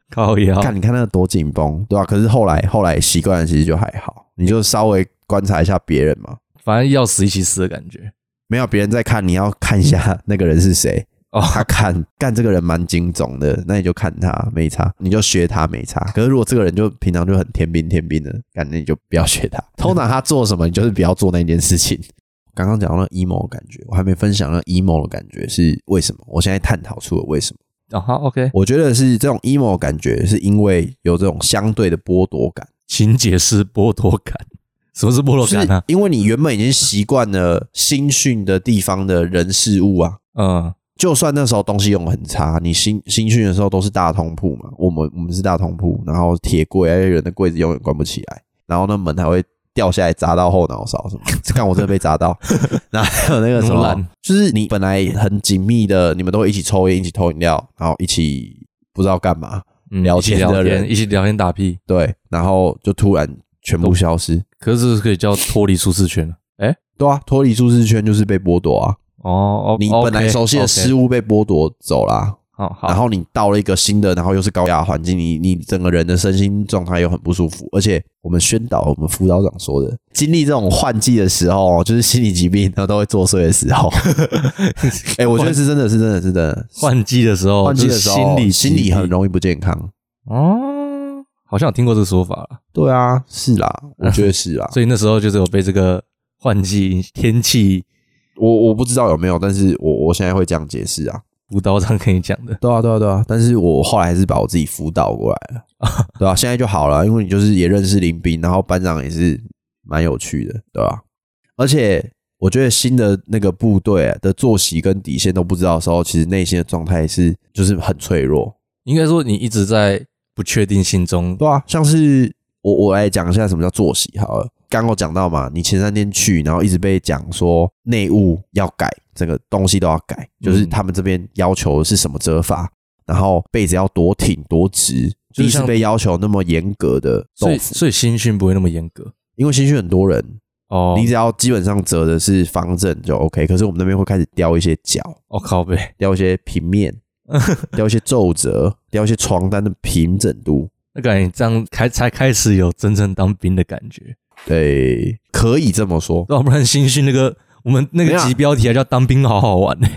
[SPEAKER 1] 靠腰，
[SPEAKER 2] 看你看那个多紧绷，对吧、啊可是后来后来习惯了，其实就还好，你就稍微观察一下别人嘛，
[SPEAKER 1] 反正要死一起死的感觉。
[SPEAKER 2] 没有别人在看，你要看一下那个人是谁。
[SPEAKER 1] 嗯哦，
[SPEAKER 2] 他看干这个人蛮精种的，那你就看他没差，你就学他没差。可是如果这个人就平常就很天兵天兵的，干那你就不要 学他。通常他做什么，你就是不要做那件事情。刚刚讲到那 emo 的感觉，我还没分享那 emo 的感觉是为什么？我现在探讨出了为什么。
[SPEAKER 1] 啊哈，OK，
[SPEAKER 2] 我觉得是这种 emo 的感觉，是因为有这种相对的剥夺感。
[SPEAKER 1] 请解释剥夺感。什么是剥夺
[SPEAKER 2] 就是
[SPEAKER 1] 感啊呢？
[SPEAKER 2] 因为你原本已经习惯了新训的地方的人事物啊，
[SPEAKER 1] 嗯，
[SPEAKER 2] 就算那时候东西用得很差，你新新训的时候都是大通铺嘛，我们我们是大通铺，然后铁柜，而且人的柜子永远关不起来，然后那门还会掉下来砸到后脑勺什么， 看我真的被砸到。 然后还有那个什
[SPEAKER 1] 那么
[SPEAKER 2] 么
[SPEAKER 1] 烂，
[SPEAKER 2] 就是你本来很紧密的，你们都会一起抽烟、一起偷饮料，然后一起不知道干嘛，
[SPEAKER 1] 嗯
[SPEAKER 2] 聊
[SPEAKER 1] 一起
[SPEAKER 2] 天的
[SPEAKER 1] 聊
[SPEAKER 2] 人
[SPEAKER 1] 天一起聊天打屁，
[SPEAKER 2] 对，然后就突然全部消失，
[SPEAKER 1] 可是这是可以叫脱离舒适圈。哎，
[SPEAKER 2] 对啊，脱离舒适圈就是被剥夺啊，
[SPEAKER 1] 哦，
[SPEAKER 2] 你本来熟悉的事
[SPEAKER 1] 物，
[SPEAKER 2] 物被剥夺走啦，
[SPEAKER 1] 好好，
[SPEAKER 2] 然后你到了一个新的，然后又是高压环境，你你整个人的身心状态又很不舒服。而且我们宣导，我们辅导长说的，经历这种换季的时候，就是心理疾病然后都会作祟的时候。哎、我觉得是真的是真的是真的，
[SPEAKER 1] 换季的时候，
[SPEAKER 2] 换季的
[SPEAKER 1] 就是
[SPEAKER 2] 时候
[SPEAKER 1] 心理
[SPEAKER 2] 心理
[SPEAKER 1] 疾
[SPEAKER 2] 很
[SPEAKER 1] 病
[SPEAKER 2] 容易不健康。
[SPEAKER 1] 哦，好像有听过这个说法了。
[SPEAKER 2] 对啊，是啦，我觉得是啦。
[SPEAKER 1] 所以那时候就是有被这个换季天气
[SPEAKER 2] 我我不知道有没有，但是我我现在会这样解释啊。
[SPEAKER 1] 舞蹈上跟你讲的，
[SPEAKER 2] 对啊，对啊，对啊。但是我后来还是把我自己辅导过来了，对啊，现在就好了，因为你就是也认识林斌，然后班长也是蛮有趣的，对吧、而且我觉得新的那个部队的作息跟底线都不知道的时候，其实内心的状态是就是很脆弱，
[SPEAKER 1] 应该说你一直在不确定性中。
[SPEAKER 2] 对啊，像是我我来讲一下什么叫作息好了。刚刚我讲到嘛，你前三天去，然后一直被讲说内务要改，整个东西都要改，就是他们这边要求是什么折法，然后被子要多挺多直，
[SPEAKER 1] 就
[SPEAKER 2] 就是是
[SPEAKER 1] 像
[SPEAKER 2] 被要求那么严格的
[SPEAKER 1] 所
[SPEAKER 2] 豆
[SPEAKER 1] 以，
[SPEAKER 2] 腐。
[SPEAKER 1] 所以新训不会那么严格
[SPEAKER 2] 因为新训很多人，
[SPEAKER 1] 哦。
[SPEAKER 2] 你只要基本上折的是方正就 OK，可是我们那边会开始雕一些角，
[SPEAKER 1] 哦靠背，
[SPEAKER 2] 雕一些平面，雕一些皱褶，雕一些床单的平整度。
[SPEAKER 1] 那感觉这样开才开始有真正当兵的感觉，
[SPEAKER 2] 对，可以这么说。
[SPEAKER 1] 要不然新训那个我们那
[SPEAKER 2] 没
[SPEAKER 1] 个
[SPEAKER 2] 有啊
[SPEAKER 1] 级标题还叫当兵好好玩 呢、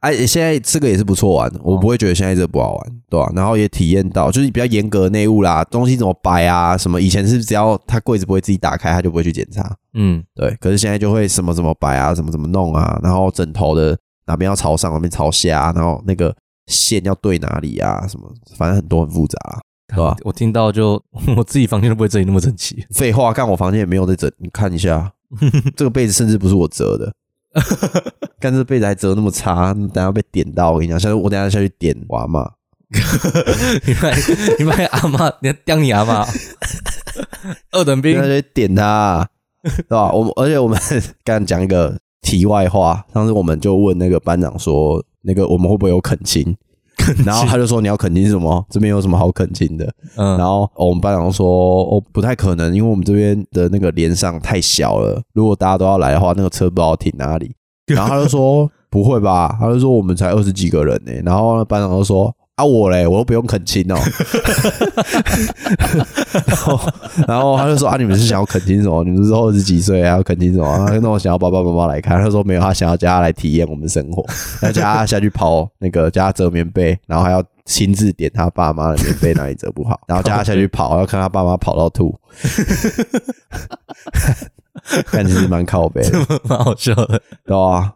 [SPEAKER 2] 哎，现在这个也是不错玩，我不会觉得现在这个不好玩，对吧、然后也体验到，就是比较严格的内务啦，东西怎么摆啊，什么以前是只要他柜子不会自己打开，他就不会去检查，
[SPEAKER 1] 嗯，
[SPEAKER 2] 对。可是现在就会什么怎么摆啊，什么怎么弄啊，然后枕头的哪边要朝上，哪边朝下啊、然后那个线要对哪里啊，什么，反正很多很复杂啦。对啊
[SPEAKER 1] 我听到就我自己房间都不会整理那么整齐，
[SPEAKER 2] 废话，干我房间也没有在整，你看一下，这个被子甚至不是我折的。干这被子还折那么差，等下被点到，我跟你讲，下次我等下下去点娃嘛，
[SPEAKER 1] 你卖你卖阿妈，你要刁你阿妈， 二等兵
[SPEAKER 2] 那就点他、啊 对吧、我们而且我们 刚刚讲一个题外话，上次我们就问那个班长说，那个我们会不会有恳亲？然后他就说你要恳亲什么？这边有什么好恳亲的？
[SPEAKER 1] 嗯，
[SPEAKER 2] 然后、哦我们班长说哦不太可能，因为我们这边的那个连上太小了，如果大家都要来的话，那个车不知道停哪 里。然后他就说不会吧？他就说我们才二十几个人呢、欸然后那班长就说啊我嘞，我又不用恳亲哦。然后然后他就说啊你们是想要恳亲什么？你们是二十几岁啊要恳亲什么？啊那我想要爸爸妈妈来看。他就说没有，他想要叫他来体验我们的生活，要叫他下去跑那个叫他折棉被，然后还要亲自点他爸妈的棉被哪里折不好，然后叫他下去跑，要看他爸妈跑到吐。但其实蛮靠背的，
[SPEAKER 1] 蛮好笑的。
[SPEAKER 2] 对啊，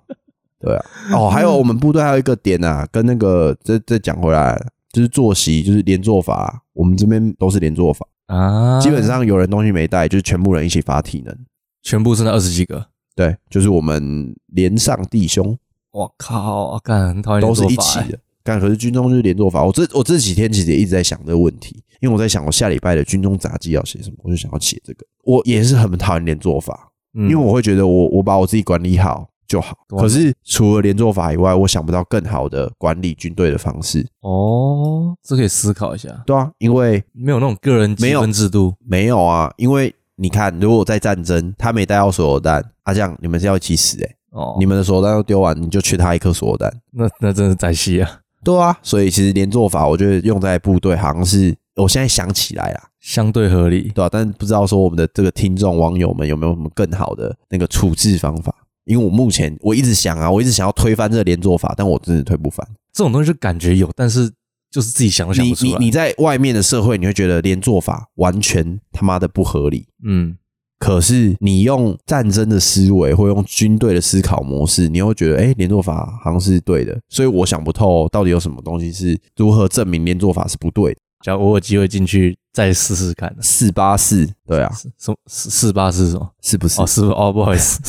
[SPEAKER 2] 对啊。哦，还有我们部队还有一个点啊，跟那个再再讲回来，就是作息，就是连坐法啊、我们这边都是连坐法，
[SPEAKER 1] 啊，
[SPEAKER 2] 基本上有人东西没带，就是全部人一起发体能。
[SPEAKER 1] 全部是那二十几个。
[SPEAKER 2] 对，就是我们连上弟兄
[SPEAKER 1] 我靠，啊干，很讨厌
[SPEAKER 2] 都是
[SPEAKER 1] 这
[SPEAKER 2] 一
[SPEAKER 1] 种做
[SPEAKER 2] 起
[SPEAKER 1] 法欸。
[SPEAKER 2] 的。但可是军中就是连坐法，我这我这几天其实也一直在想这个问题，因为我在想我下礼拜的军中杂技要写什么，我就想要写这个。我也是很讨厌连坐法，
[SPEAKER 1] 因
[SPEAKER 2] 因为我会觉得我我把我自己管理好就好。
[SPEAKER 1] 对啊
[SPEAKER 2] 可是除了连坐法以外，我想不到更好的管理军队的方式，
[SPEAKER 1] 哦，这可以思考一下，
[SPEAKER 2] 对啊，因为
[SPEAKER 1] 没有那种个人积
[SPEAKER 2] 没有
[SPEAKER 1] 分制度，
[SPEAKER 2] 没有啊，因为你看，如果在战争，他没带到手榴弹，啊，这样你们是要一起死诶、欸
[SPEAKER 1] 哦，
[SPEAKER 2] 你们的手榴弹都丢完，你就缺他一颗手榴弹，
[SPEAKER 1] 那那真是宰戏啊，
[SPEAKER 2] 对啊，所以其实连坐法，我觉得用在部队好像是。我现在想起来啦，
[SPEAKER 1] 相对合理。
[SPEAKER 2] 对吧、啊但不知道说我们的这个听众网友们有没有什么更好的那个处置方法？因为我目前我一直想啊，我一直想要推翻这个连坐法，但我真的推不翻。
[SPEAKER 1] 这种东西就感觉有，但是就是自己想都想
[SPEAKER 2] 你
[SPEAKER 1] 不出
[SPEAKER 2] 你
[SPEAKER 1] 来。
[SPEAKER 2] 你在外面的社会，你会觉得连做法完全他妈的不合理。
[SPEAKER 1] 嗯，
[SPEAKER 2] 可是你用战争的思维，或用军队的思考模式，你会觉得，哎、连做法好像是对的。所以我想不透，到底有什么东西是如何证明连做法是不对的？
[SPEAKER 1] 假如我有机会进去再试试看呢。
[SPEAKER 2] 四八四，对啊，
[SPEAKER 1] 是什么四四八是什么？
[SPEAKER 2] 是不是？
[SPEAKER 1] 哦，是哦，不好意 思。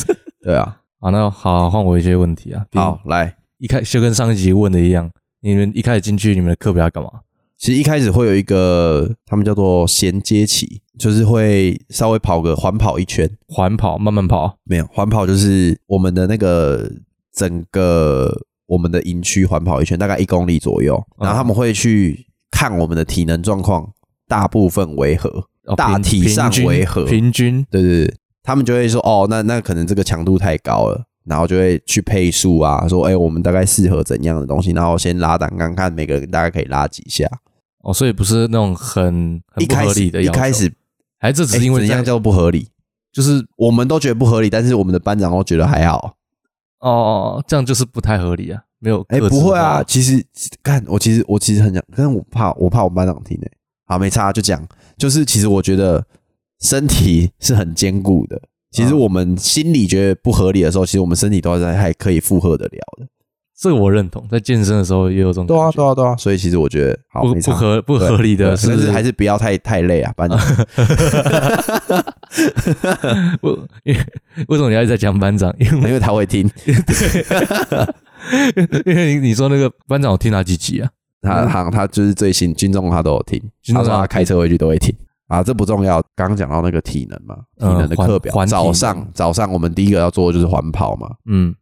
[SPEAKER 2] 对啊。
[SPEAKER 1] 好，那好，换我一些问题啊。毕竟
[SPEAKER 2] 好，，来，
[SPEAKER 1] 一开就跟上一集问的一样，你们一开始进去，你们的课表要干嘛？
[SPEAKER 2] 其实一开始会有一个，他们叫做衔接期，就是会稍微跑个环跑一圈，
[SPEAKER 1] 环跑，慢慢跑。
[SPEAKER 2] 没有环跑就是我们的那个整个我们的营区环跑一圈，大概一公里左右，
[SPEAKER 1] 嗯
[SPEAKER 2] 然后他们会去看我们的体能状况，大部分为何，
[SPEAKER 1] 哦
[SPEAKER 2] 大
[SPEAKER 1] 平
[SPEAKER 2] 体
[SPEAKER 1] 平
[SPEAKER 2] 上
[SPEAKER 1] 均
[SPEAKER 2] 为何
[SPEAKER 1] 平均
[SPEAKER 2] 对对对，他们就会说哦，那那可能这个强度太高了，然后就会去配速啊，说哎、我们大概适合怎样的东西，然后先拉档看看每个人大概可以拉几下。
[SPEAKER 1] 哦，所以不是那种很很
[SPEAKER 2] 一
[SPEAKER 1] 不
[SPEAKER 2] 开
[SPEAKER 1] 合
[SPEAKER 2] 始
[SPEAKER 1] 理的
[SPEAKER 2] 一
[SPEAKER 1] 要求，
[SPEAKER 2] 开始
[SPEAKER 1] 还是这只是因
[SPEAKER 2] 哎
[SPEAKER 1] 为
[SPEAKER 2] 怎
[SPEAKER 1] 在
[SPEAKER 2] 样叫不合理，
[SPEAKER 1] 就是
[SPEAKER 2] 我们都觉得不合理，但是我们的班长都觉得还好。
[SPEAKER 1] 哦，这样就是不太合理啊，没有
[SPEAKER 2] 哎、
[SPEAKER 1] 克制
[SPEAKER 2] 不会啊，
[SPEAKER 1] 化，
[SPEAKER 2] 其实看我其实我其实很想，但是我怕我怕我们班长听哎、好没差就讲，就是其实我觉得身体 是很坚固的。其实
[SPEAKER 1] 嗯
[SPEAKER 2] 我们心里觉得不合理的时候，其实我们身体都还还可以负荷得了的。
[SPEAKER 1] 这个我认同，在健身的时候也有这种
[SPEAKER 2] 对啊，
[SPEAKER 1] 感觉
[SPEAKER 2] 对啊，对啊。所以其实我觉得好
[SPEAKER 1] 不
[SPEAKER 2] 没
[SPEAKER 1] 不
[SPEAKER 2] 差
[SPEAKER 1] 合不合理的，
[SPEAKER 2] 对
[SPEAKER 1] 是
[SPEAKER 2] 但
[SPEAKER 1] 不
[SPEAKER 2] 是还是不要太太累啊，班长。
[SPEAKER 1] 我因为为什么你要一直在讲班长？因为
[SPEAKER 2] 因为他会听，
[SPEAKER 1] 因为你你说那个班长，我听哪几集啊？
[SPEAKER 2] 他他他就是最新军中他都有听，
[SPEAKER 1] 军中
[SPEAKER 2] 他说
[SPEAKER 1] 他
[SPEAKER 2] 他开车回去都会听啊，这不重要。刚刚讲到那个体能嘛，体
[SPEAKER 1] 嗯
[SPEAKER 2] 能的课表，
[SPEAKER 1] 环环体能
[SPEAKER 2] 早上早上我们第一个要做的就是环跑嘛，
[SPEAKER 1] 嗯，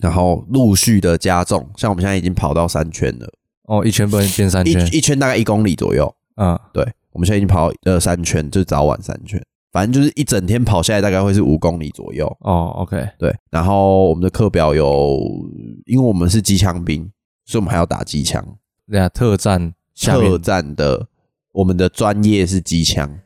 [SPEAKER 2] 然后陆续的加重，像我们现在已经跑到三圈了，
[SPEAKER 1] 哦，一圈不能变三圈，
[SPEAKER 2] 一一圈大概一公里左右，
[SPEAKER 1] 嗯，
[SPEAKER 2] 对，我们现在已经跑呃三圈，就是早晚三圈，反正就是一整天跑下来大概会是五公里左右，
[SPEAKER 1] 哦，OK，
[SPEAKER 2] 对，然后我们的课表有，因为我们是机枪兵，所以我们还要打机枪。
[SPEAKER 1] 对啊，特战下
[SPEAKER 2] 特
[SPEAKER 1] 面
[SPEAKER 2] 战的，我们的专业是机枪，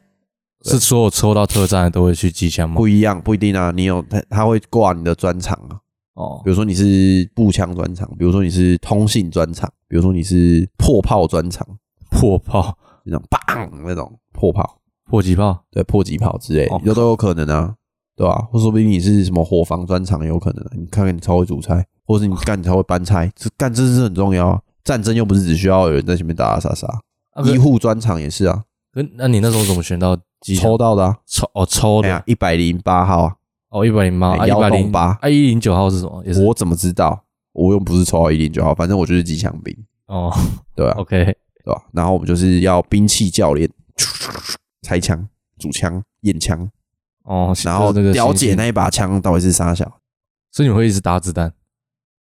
[SPEAKER 1] 是所有抽到特战的都会去机枪吗？
[SPEAKER 2] 不一样，不一定啊。你有他他会挂你的专长啊，
[SPEAKER 1] 哦
[SPEAKER 2] 比，如说你是步枪专长，比如说你是通信专长，比如说你是破炮专长，
[SPEAKER 1] 破炮、
[SPEAKER 2] 那种棒那种破炮，
[SPEAKER 1] 破击炮，
[SPEAKER 2] 对，破击炮之类的
[SPEAKER 1] 哦，
[SPEAKER 2] 有、都有可能啊，对吧、或说不定你是什么火防专长，有可能、啊。你看看你超会煮菜，或是你干你超会搬菜，这干这是很重要啊。战争又不是只需要有人在前面打打杀杀，
[SPEAKER 1] 啊
[SPEAKER 2] 医护专长也是啊，
[SPEAKER 1] 可那你那时候怎么选到机枪
[SPEAKER 2] 抽到的啊，
[SPEAKER 1] 抽哦抽
[SPEAKER 2] 哎
[SPEAKER 1] 的
[SPEAKER 2] 呀，一百零八号啊。
[SPEAKER 1] 哦一百零八
[SPEAKER 2] 哎
[SPEAKER 1] 啊一百零
[SPEAKER 2] 108
[SPEAKER 1] 啊一零九号是什么？也是
[SPEAKER 2] 我怎么知道？我又不是抽到一零九号，反正我就是机枪兵，
[SPEAKER 1] 哦
[SPEAKER 2] 对啊，
[SPEAKER 1] ，OK，
[SPEAKER 2] 对吧、然后我们就是要兵器教练，拆枪、主枪、验枪，
[SPEAKER 1] 哦，
[SPEAKER 2] 然后
[SPEAKER 1] 就是那个
[SPEAKER 2] 了
[SPEAKER 1] 星
[SPEAKER 2] 解
[SPEAKER 1] 星，
[SPEAKER 2] 那一把枪到底是啥小。
[SPEAKER 1] 所以你会一直打子弹